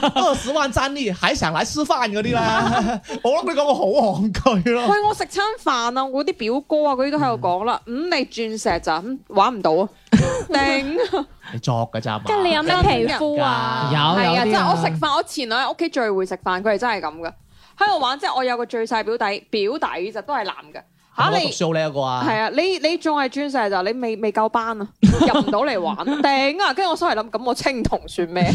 咋，多十萬戰力喺成奶吃飯嗰啲啦，我諗你講個好戇居咯。
喂，我食餐飯啊，我啲表哥啊，嗰啲都喺度講啦。嗯，你鑽石咋？嗯，玩唔到啊，頂！
你作㗎咋嘛？
跟住你有咩皮膚啊？
有
係啊，即
有
係
啲
我食飯，我前兩日屋企聚會食飯，佢哋真係咁噶，喺度玩。即係我有個最細表弟，表弟就都係男嘅。
嚇
嚇
你讀
你
書好叻一個啊？
係啊，你你仲係鑽石就你未未夠班啊，入唔到嚟玩，頂啊！跟住我心嚟諗，咁我青銅算咩？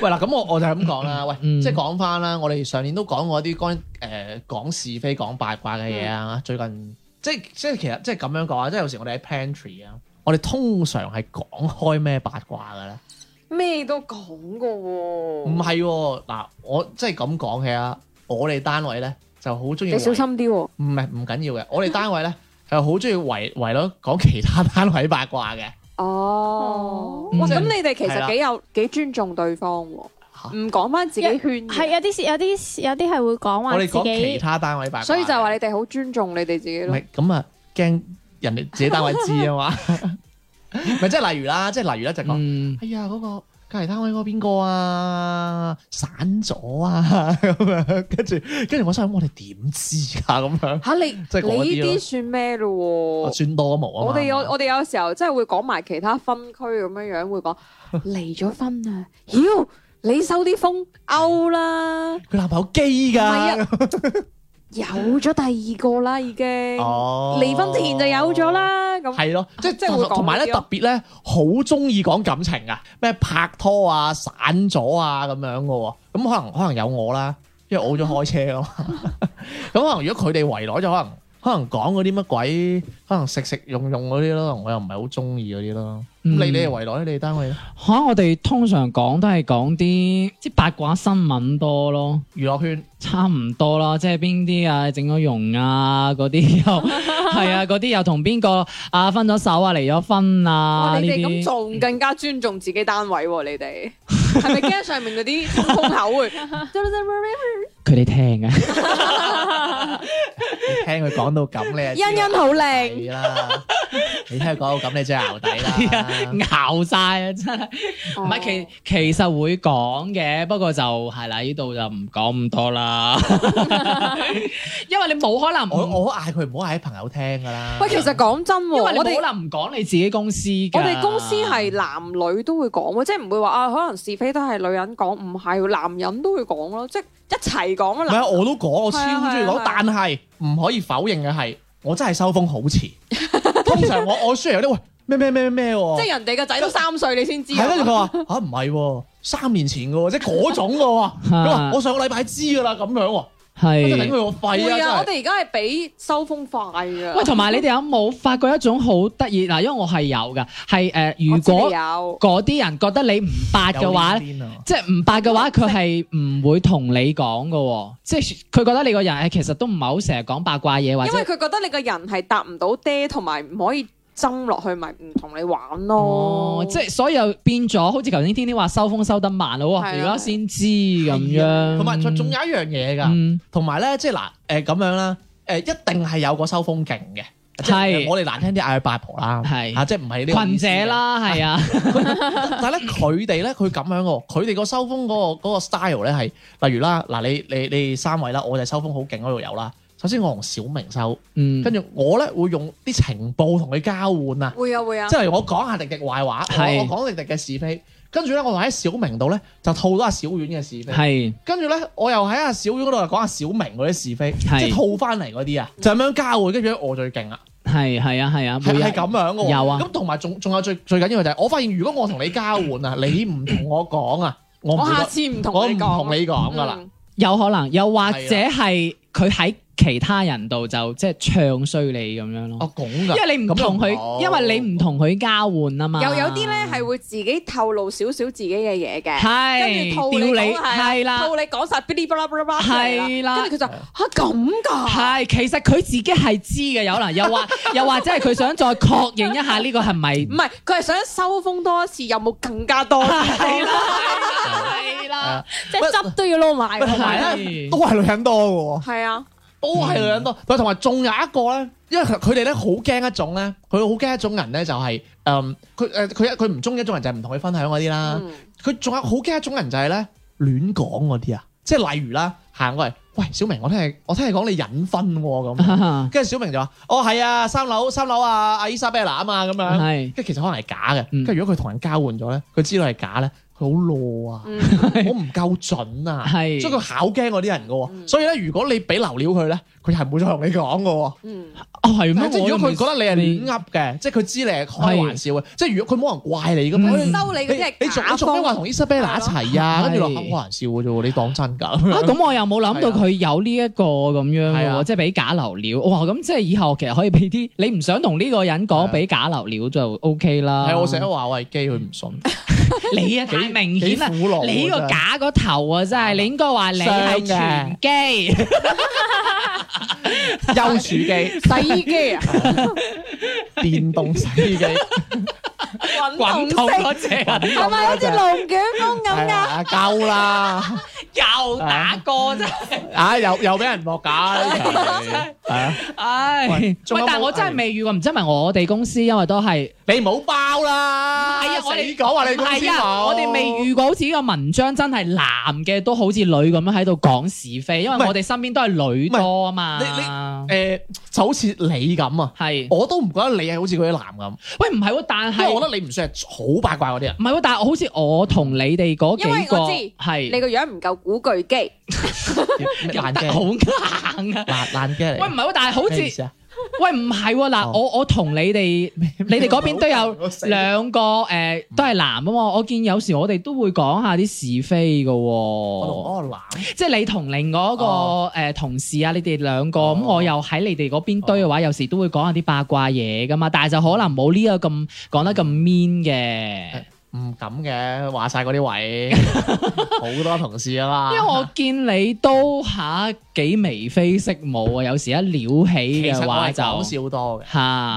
喂嗱，咁我我就係咁講啦。喂，
嗯
即係講翻啦，我哋上年都講過啲關誒講是非、講八卦嘅嘢
嗯
啊。最近即係即係其實即係咁樣講啊，即係有時我哋喺 pantry 啊，我哋通常係講開咩八卦嘅咧？
咩都講噶喎，
唔係喎，嗱，我即係咁講嘅啊，我哋單位咧就好中意
你小心啲喎。
唔係唔緊要嘅，我哋單位咧 係好中意圍圍咯講其他單位八卦 嘅，
哦，
嗯
哇！
即係
咁你哋其
係啦
實幾有幾尊重對方喎，
嚇
唔講翻自己圈嘅
係有啲有啲有啲係會講話自
我哋講其
己
他單位八卦嘅，
所以就話你哋好尊重你哋自己
唔
咯。
係咁啊，驚人哋自己單位知啊嘛， 咪即係例如啦，即係例如咧就講，
嗯
哎呀嗰個隔離單位嗰個邊個啊散咗啊 咁樣，跟住跟住我心諗我哋點知㗎咁樣，
吓你
即係嗰啲咯
你呢啲算咩咯
我
喎？
算多毛啊嘛
哦我哋有
係嘛
我哋有時候真係會講埋其他分區咁樣 樣，會講離咗婚啊，妖你收啲風勾啦，唔
佢男朋友基
係
㗎，
啊，有咗第二個啦已經，
哦
離婚前就有咗。啦，咁
係咯，即
即係會講
同埋
呢
咧
啲咯
特別咧，好中意講感情啊，咩拍拖啊、散咗啊咁樣嘅喎。咁可能可能有我啦，因為我咗開車啊嘛。 咁可能如果佢哋圍內就可能可能講嗰啲乜鬼，可能食食用用嗰啲咯，我又唔係好中意嗰啲咯。咁
嗯
你哋係圍內，你哋單位咧
嚇我哋通常講都係講啲即係八卦新聞多咯。
娛樂圈
差唔多啦，即係邊啲啊整咗容啊嗰啲 又係啊，嗰啲又同邊個啊分咗手啊離咗婚啊
哇！
呢
哦你哋咁
啲，
仲更加尊重自己單位喎，你 哋係咪驚上面嗰啲通風口 會？
佢哋聽 嘅。
你聽佢講到咁，你就
欣欣好靚，
係啦。你聽佢講到咁，你真係牛底 啦。
熬晒啊！真係，唔係其
哦
其實會講嘅，不過就係啦，呢度就唔講咁多 啦，因為你冇可能
我
唔，
我嗌佢唔好嗌喺朋友聽㗎啦。
喂，其實講真喎，
因為你
我
冇
哋。
可能唔講你自己公司㗎
我哋公司係男女都會講喎，即係唔會話啊，可能是非都係女人講，唔係男人都會講咯，即係一齊講
唔係
啦。
啊，我都講，我超中意
係
講，
啊係啊
但係唔可以否認嘅係，我真係收風好遲。通常我我 share 有啲喂咩咩咩咩咩
即係
喎，
人哋個仔都三歲，你先知。啊
係跟
啊
住佢話嚇唔係喎，三年前嘅喎，即係嗰種嘅喎。佢話我上個禮拜知㗎啦，咁樣喎，我真係頂佢
係。
個肺
會啊！
啊！
我
真係
哋而家係比收風快㗎。
喂，同埋你哋有冇發覺一種好得意嗱？因為我係有㗎，係誒、呃如
我知你
果
有
嗰啲人覺得你唔八嘅話
有啲癲啊
即係唔白嘅話，佢係唔會同你講嘅喎，即係佢覺得你個人係其實都唔係好成日講八卦嘢，或
因為
者
佢覺得你個人係搭唔到爹，同埋唔可以爭落去，咪唔同你玩咯。
哦，即係所以又變咗，好似頭先天天話收風收得慢咯，
係
而
啊
家先知咁樣。
啊同埋仲仲有一樣嘢㗎，
嗯
同埋咧即係嗱誒咁樣啦，誒一定係有個收風勁嘅，即
係
係我哋難聽啲嗌佢八婆啦，
係
嚇即係唔係呢個
群
意思啊
者
嘅
啦，係啊，
但 係咧，佢哋咧，佢咁樣喎，佢哋個收風嗰、個嗰個 style 咧係，例如啦，嗱你你你三位啦，我就係收風好勁嗰度有啦。首先我同小明收，
嗯，
跟住我咧會用啲情報同佢交換啊，
會啊會啊
即，係我講下迪迪壞話，
係
我我講迪迪嘅是非，跟住咧我喺小明度咧就套咗阿小婉嘅是非，
係
跟住咧我又喺阿小婉嗰度又講阿小明嗰啲是非，即
係
係套翻嚟嗰啲啊，就咁樣交換，跟住呢我最勁啊！
係係啊係啊，
係
每日
係咁樣嘅喎。
有啊
咁同埋仲仲有最最緊要嘅就係，我發現如果我同你交換啊，你唔同我講啊，我唔
我
會
下
同
次唔同
我
你
唔
講。啊
同你講噶啦。
嗯
有可能，又或者
係
係佢喺其他人度就即係唱衰你咁樣咯。
哦，拱噶，
嗯因為你唔
咁又
同佢，
好
因為你唔同佢交換啊嘛。
又有啲咧係會自己透露少少自己嘅嘢嘅，跟
係
住套
屌
你
你
講係
係
啦，
啦
套，你講晒噼里啪啦啪啦啪啦出嚟
係啦
跟住佢就吓咁㗎，
係其實佢自己係知嘅，有可能又或又或者係佢想再確認一下呢個係咪
唔係佢係想收風多一次，有冇更加多？ 係啊啦，
係啦，即
喂
係汁都要撈埋
喂，同
喎。
埋咧
係
都係女人多嘅喎，
係啊，
都係女人多。喂，同埋仲有一個咧，因為佢佢哋咧好驚一種咧，佢好驚一種人咧就係、嗯佢誒佢佢唔中意一種人就係唔同佢分享嗰啲啦。
嗯
佢仲有好驚一種人就係咧亂講嗰啲啊，即係例如啦，行過嚟，喂，小明，我聽你我聽你講你隱婚喎咁。跟住小明就話：哦，係啊，三樓三樓啊，阿伊莎貝娜啊嘛咁樣。
係
跟住其實可能係假嘅，
嗯
跟住如果佢同人交換咗咧，佢知道係假咧，佢好攞 啊，
嗯
我唔夠準啊，
係
所以佢考驚嗰啲人嘅喎。
嗯
所以咧，如果你俾流料佢咧，佢係冇再同你講嘅喎。
嗯，
哦係咩？
即係如果佢覺
我都
得你係亂
未
噏嘅，即係佢知你係開玩笑嘅，即係如果佢冇人怪你噶嘛。
佢
嗯
收你嗰啲係
你你做
假
你做咩話
風，
同 Isabella 一齊啊？跟住落
啊係
開玩笑嘅啫喎，你當真㗎？
啊，咁我又冇諗到佢有呢一個咁樣
係
嘅
啊
喎，即係俾假流料。哇，咁即係以後其實可以俾啲你唔想同呢個人
係啊
講，俾假流料就 O K 啦。
係我成日話我係基，佢唔信，
你啊
幾
太明
幾
顯啦！
苦惱啊
你呢個
真係
假嗰頭啊，真係你應該話你係
傷
全機，
優處機、
洗衣機 啊，
電動洗衣 機。
滾
滾
筒
筒式
嗰只啊，
係咪好似龍捲風咁㗎？
啊，夠 啦！
又打過啫。
啊，又又俾人落架啦！係啊，
唉，
喂
喂，
仲有冇
但係我真係未遇過，唔知係咪我哋公司，因為都係
你唔好包啦！
係啊我哋
死講話你公司
係啊，
冇
我哋未遇過好似呢個文章真係男嘅都好似女咁樣喺度講是非，因為
唔係
我哋身邊都係女多啊嘛。
誒，呃就好似你咁啊！
係，
我都唔覺得你係好似嗰啲男咁，
喂，唔係喎，但
因為
係
我覺得你唔算係好八卦嗰啲 人。
唔係喎，但係好似我同你哋嗰
因為
幾
我知
個係
你個樣唔夠古巨基，
爛
得
嘅，
好硬啊！
爛爛嘅嚟。
喂，唔係喎，但係好似
咩意思啊
喂唔係喎，
哦
嗱，我我同你 哋你哋嗰邊都
我
有
死
兩個
嗯
誒，都係男啊嘛。我見有時我哋都會講下啲是非嘅
我同
喎，
嗰個男
即係你同另外一個
哦
誒同事啊，你哋兩個咁，
哦
我又喺你哋嗰邊堆嘅話，有時都會講下啲八卦嘢噶嘛，但係就可能冇呢個咁講得咁 mean
嗯
嘅。
唔敢嘅，話晒嗰啲 位好多同事啊嘛。
因為我見你都嚇幾眉飛色舞啊，有時一撩起
其實
嘅
我
話
係
就
講笑多嘅。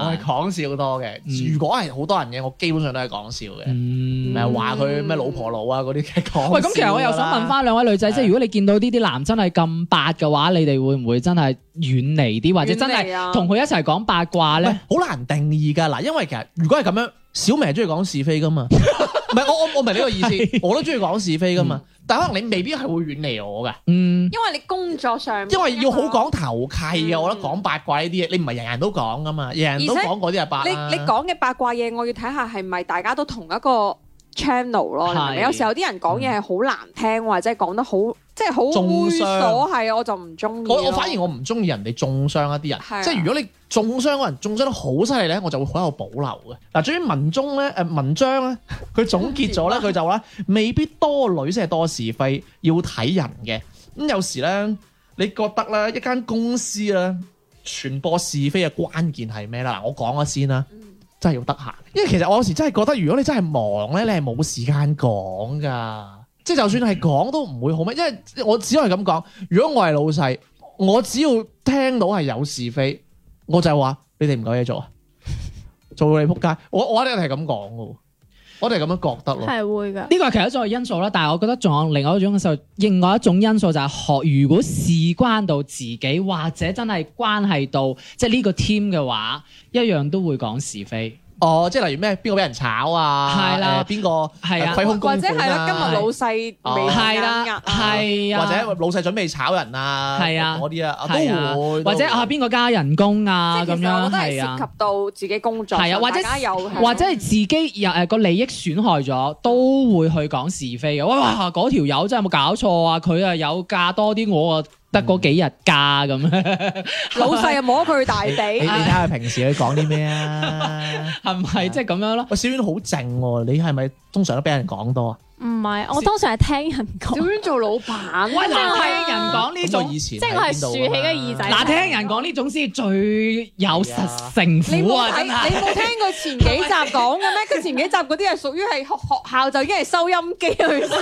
我係
嚇，
講笑多嘅，
啊嗯
如果係好多人嘅，我基本上都係講笑嘅，唔
嗯
係話佢咩老婆佬啊嗰啲 嘅講笑㗎啦。啊
喂，咁其實我又想問翻兩位女仔，
係
即係如果你見到呢啲男真係咁八嘅話，你哋會唔會真係遠離啲，或者真
遠離啊
係同佢一齊講八卦
喂，
咧？
好難定義㗎嗱，因為其實如果係咁樣，小明係中意講是非㗎 嘛，唔係我我我明呢個意思，我都中意講是非㗎嘛，但可能你未必係會遠離我㗎，
嗯，
因為你工作上啊
因為要好
講。
講頭契嘅，
嗯
我覺得講八卦呢啲嘢，你唔係人人都講㗎嘛，人人都
而且
講嗰啲係八
你
啦
啊
你講嘅八卦嘢，我要睇下係咪大家都同一個 channel 咯。你明唔
係
明
嗯
有時候啲人講嘢係好難聽，或者係講得好即係好
中
猥
傷
瑣，係啊我就唔中意咯。
我我反而我唔中意人哋中傷一啲人，
係啊
即係如果你中傷嗰人中傷得好犀利咧，我就會好有保留嘅。嗱，至於文中咧， 誒文章咧，佢總結咗咧，
啊
佢就話咧，未必多女先係多是非，要睇人嘅。咁有時咧，你覺得咧一間公司咧傳播是非嘅關鍵係咩啦？嗱，我講咗先啦。真係要得閒，因為其實我有時真係覺得，如果你真係忙咧，你係冇時間講噶。即係就算係講都唔會好咩，因為我只可以咁講。如果我係老細，我只要聽到係有是非，我就係話你哋唔夠嘢做啊，做到你撲街。我我一定係咁講噶，我哋係咁樣覺得咯。
係會㗎。
呢個係其中一種因素啦，但係我覺得仲有另外一種因素，另外一種因素就係學，如果事關到自己或者真係關係到即係呢個 team 嘅話，一樣都會講是非。
哦，即係例如咩邊個俾人炒啊？
係啦
誒邊個
係
誒
啊
虧空
或
公
者係
款
啦，今日
啊？
老細未
哦
係
係
啦，係啊，
或者老細準備炒人啊？
係啊
嗰啲啊，
係啊
都會
或者啊，邊個加人工啊
即係
咁
其實我
樣
覺得係
係啊
涉。及到自己工作上，
係啊，或者
大家有
或者係自己又誒個利益損害咗，都會去講是非嘅。哇！嗰條友真係有冇搞錯啊？佢啊有假多啲，我啊得嗰幾日假咁，
老細又摸佢大
你你
髀，啊
睇下
啊
平時佢講啲咩啊？
係咪即係咁樣咯？
喂，小婉好靜喎，你係咪通常都俾人講多啊？
唔係，我通常係聽人
點
講，
樣做老闆？
喂，嗱，
係
聽人講呢
咁我
種
以，前
即係我係
喺邊度啊
豎起
㗎
個
嘛
耳仔。
嗱，聽人講呢種先最有實成
你
苦
冇
啊，
睇，
真
你
係。
冇聽過前幾集講嘅咩？佢前幾集嗰啲係屬於係學學校就已經係收音機去收，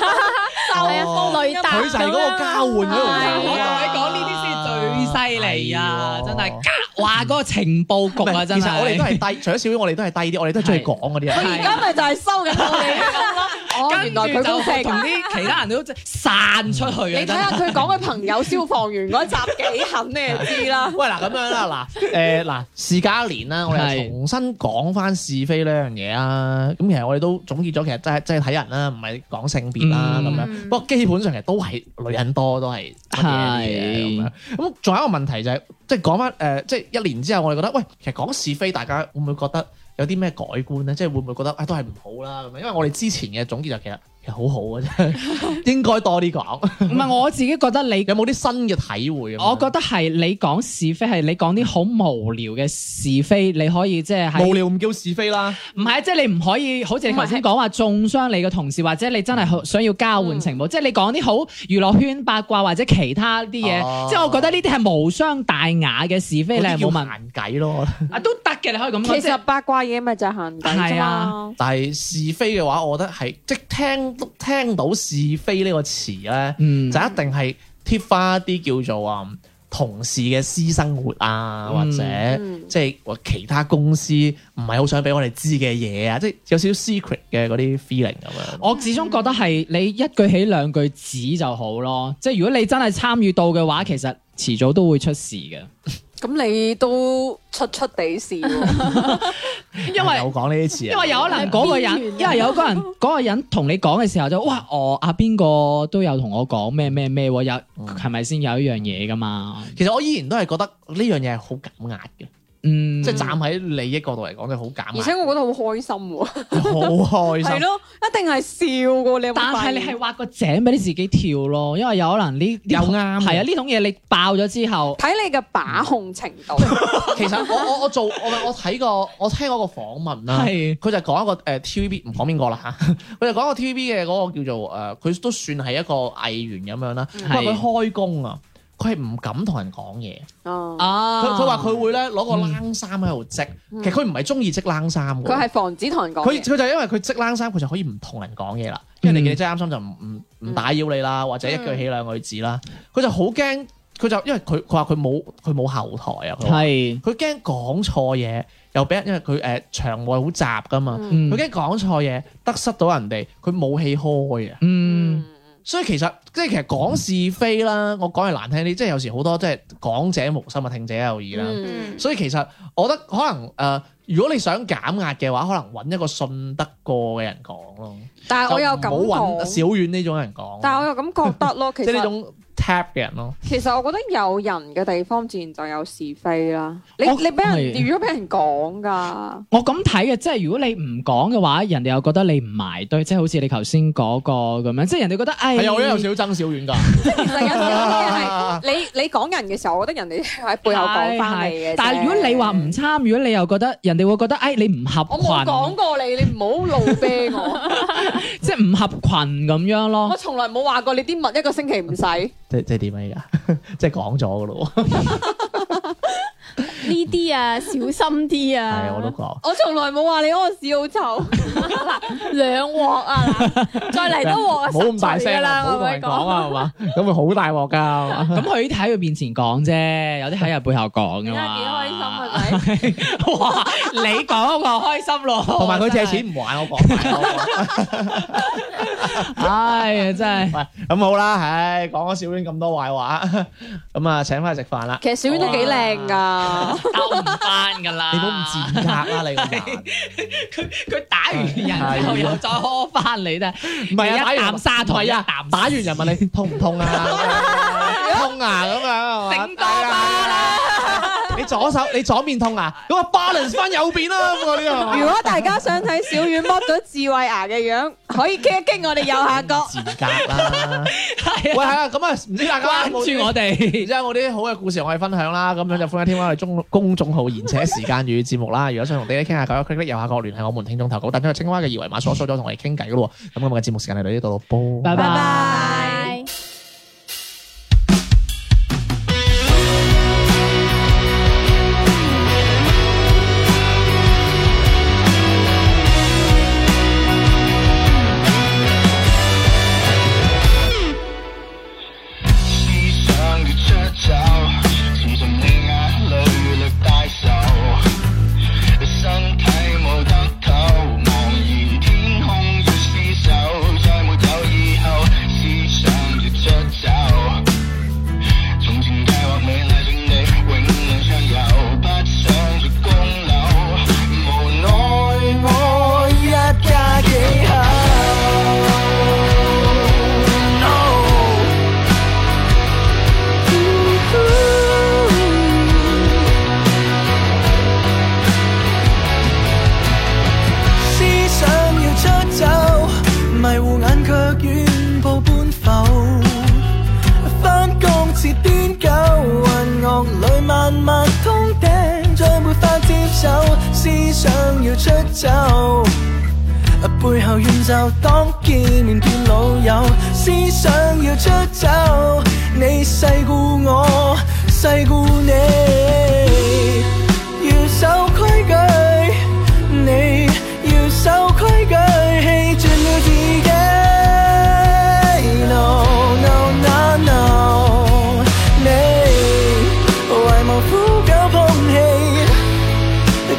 係
哦
啊，雷達
佢就係嗰個交換嗰度
我同
係啊
你講呢啲先係最犀利啊！
係喎
真係，哇！嗰個情報局啊，真
其實我哋都
係。
係低，除咗小丸，我哋都係低啲，我哋都係中意講嗰啲
佢
人。
而家咪就係收緊我哋咁咯。哦，原來
跟住就
佢都識
同。啲其他人都散出去
你
啊！
睇
真
下
係。
佢講佢朋友消防員嗰集幾狠，你就知啦。
喂，嗱咁樣啦，嗱，誒嗱，事隔一年啦，我哋
係
又重新講翻是非呢樣嘢啊。咁其實我哋都總結咗，其實真係真係睇人啦，唔係講性別啦咁
嗯
樣。不過基本上其實都係女人多，都係乜嘢啲嘢咁樣。咁仲有一個問題就係，即係講翻誒，即係一年之後，我哋覺得，喂，其實講是非，大家會唔會覺得有啲咩改觀咧？即係會唔會覺得，啊，都係唔好啦咁樣？因為我哋之前嘅總結就其實其實好好嘅啫， 應該多啲講。
唔係我自己覺得你
有冇啲新嘅體會咁樣？
我覺得係你講是非係你講啲好無聊嘅是非，你可以即係喺
無聊唔叫是非啦。
唔係即係你唔可以好似你頭先講話中傷你嘅同事，或者你真係好想要交換情報，即係你講啲好娛樂圈八卦或者其他啲嘢，
哦
即係我覺得呢啲係無傷大雅嘅是非，你係冇問
難計咯。
啊都得嘅，你可以咁講。
其
即係
實八卦嘢咪就係限底啫
係
嘛
啊。
但係是非嘅話，我覺得係即係聽聽到是非呢個詞咧，
嗯
就一定係貼翻一啲叫做啊同事嘅私生活啊，
嗯
或者、
嗯
即係或其他公司唔係好想俾我哋知嘅嘢啊，即係有少少 secret 嘅嗰啲 feeling 咁樣。
我始終覺得係你一句起兩句止就好咯，即係如果你真係參與到嘅話，其實遲早都會出事嘅，
咁你都出出地 事喎，
因為
有講呢啲詞
因
啊，
為有可能嗰個人，因為有個人嗰個人同你講嘅時候就哇，我啊邊個都有同我講咩咩咩喎，有係咪先有一樣嘢噶嘛？
其實我依然都係覺得呢樣嘢係好減壓嘅，
嗯，
即係站喺利益角度嚟講，真係好減
而
壓，
且我覺得好開心喎，
好開
係
心。
咯，一定係笑嘅喎，你有冇
但
發
係
現
你係畫個井俾你自己跳咯，因為有可能呢
又啱嘅
係啊呢種嘢你爆咗之後，
睇你嘅把控程 度，
其實我 我我做我咪我睇過我聽過個訪問啦，
係
佢就講一個誒、呃 TVB 唔講邊個啦嚇， 佢就講個 TVB 嘅嗰個叫做誒，呃佢、都算係一個藝員咁樣啦。佢話
嗯係
佢開工啊，佢係唔敢同人講嘢。
哦
啊，嗯
佢佢話佢會咧攞個冷衫喺度織，其實佢唔係中意織冷衫㗎
佢係防止同人講
佢
嘢，
佢就因為佢織冷衫，佢就可以唔同人講嘢啦。因為你
嗯
見你織冷衫就唔唔唔打擾你啦，或者一句起兩句止啦。佢就好驚，佢就因為佢佢話佢冇佢冇後台啊。佢話
係
佢驚講錯嘢，又俾人因為佢誒、呃、場外好雜噶嘛，
嗯
嗯
佢驚講錯嘢得失到人哋，佢冇氣開啊！
嗯
所以其實即係其實講是非啦，我講係難聽啲，即係有時好多即係講者無心啊，聽者有意啦。
嗯
所以其實我覺得可能誒、呃如果你想減壓嘅話，可能揾一個信得過嘅人講咯，
但啊係我又
就唔好
咁
揾
講，
小遠呢種人講，
但係我又咁覺得咯，其
即係呢
實
種 tap 嘅人咯。
其實我覺得有人嘅地方自然就有是非啦，你
我
你俾人
係
如果俾 人講㗎，
我咁睇嘅，即係如果你唔講嘅話，人哋又覺得你唔埋堆，即係好似你頭先嗰個咁樣，即係人哋覺得唉，
係啊，我都有少少憎小遠㗎。
其實有有啲嘢係。你你講人嘅時候，我覺得人哋喺背後講翻你嘅啫。
但係如果你話唔參與，你又覺得人哋會覺得，哎，你唔合
我冇講
群，
過你，你唔好露啤 我。
即係唔合群咁樣
我
咯。
從來冇話過你啲物一個星期唔使。
即即係點啊？而家 即係講咗㗎咯喎，
呢啲啊，小心啲啊，
係我都講。
我從來冇話你屙屎好臭。
兩鑊啊，嗱再嚟多鑊啊，
唔好咁大
實在
聲
㗎
啦，
啦，
唔好
我
同
咪
人講
講
啊，係嘛？咁會好大鑊㗎係 嘛。
咁佢啲喺佢面前講啫，有啲喺佢背後講
你
噶
睇下幾開心
嘛。
啊，仔！
哇！你講我開心咯，
同埋佢借
真係，
錢唔還，我講。啊
唉呀，真係
喂，咁好啦，唉，講咗小娟咁多壞話， 咁啊請翻去食飯啦。
其實小丸都幾靚㗎。
兜唔翻噶啦。
你唔好咁賤格啦，你個人。
佢打完人之後又再呵翻你啫。
啊唔係啊，
你
打完
一啖沙
唔
糖，
係
一
啊
啖，
打完人問你 痛唔痛啊？痛啊咁樣係嘛
頂多巴啦。
你左手，你左面痛啊，咁啊 balance 翻右邊啦，咁啊呢個。
如果大家想睇小丸剝咗智慧牙嘅樣，可以激一激我哋右下角。
賤格啦！
係
喂，
啊
係啊，咁啊，唔知大家
關
有冇啲
注我哋
然。之後我啲好嘅故事我哋分享啦，咁樣就歡迎添加我哋中公眾號賢者時間與節目啦。如果想同哋傾下偈，click click 右下角聯繫我們聽眾投稿，彈出去青蛙嘅二維碼，掃一掃咗同我哋傾偈嘅咯喎。咁今日嘅節目時間嚟到呢度，噃
拜
拜
拜
拜。
拜。
思想越出走，沉浸你眼淚力大受，身體冇得透，茫然天空要廝守，再沒有以後，思想越出走，從前計劃美麗盡你永遠暢遊，不想住供樓，無奈我一家幾口。No
思想要出走，迷糊眼卻遠步搬浮。翻工似癲狗，混樂裏慢慢通頂，再沒法接受。思想要出走，背後怨就當見面變老友。思想要出走，你世故我，世故你。要守規矩，你要守規矩，棄絕了自己。No no no no，你為無苦狗碰氣，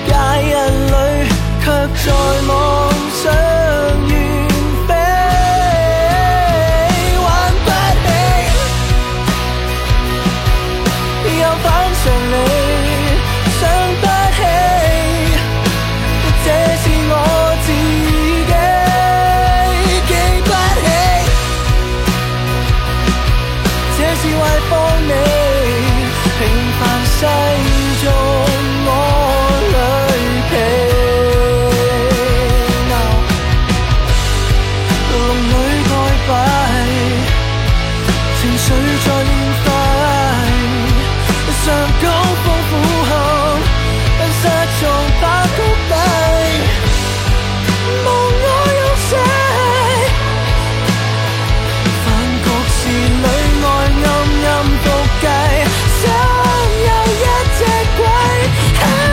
假日裏卻在妄想遠飛，玩不起。又反常理，想不起，這是我自己，記不起，這是壞放你，平凡世俗我裏皮，籠裏蓋擺。情緒在亂快，上高峰苦後，失重把谷底，無我有些。飯局時裏外暗暗伏計，想有一隻鬼。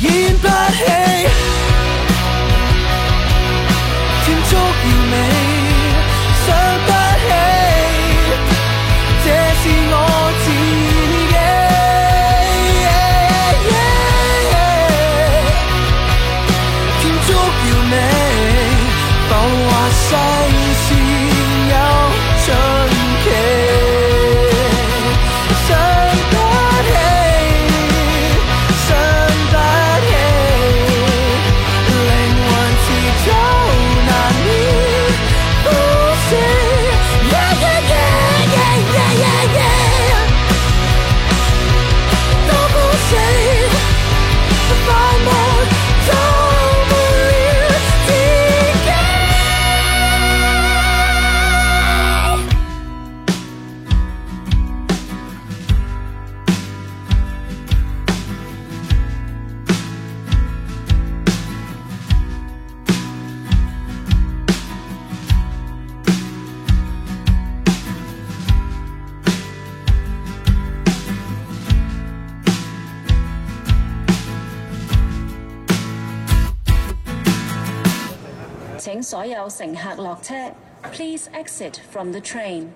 演不起，甜足完美，想不起，這是我自己。甜足完美，浮華世事有盡期，想不起。想不起，靈魂遲早難以呼吸。Yeah, yeah, yeah, yeah, yeah, yeah, yeah 都不死，快樂救不了自己。
請所有乘客落車。Please exit from the train.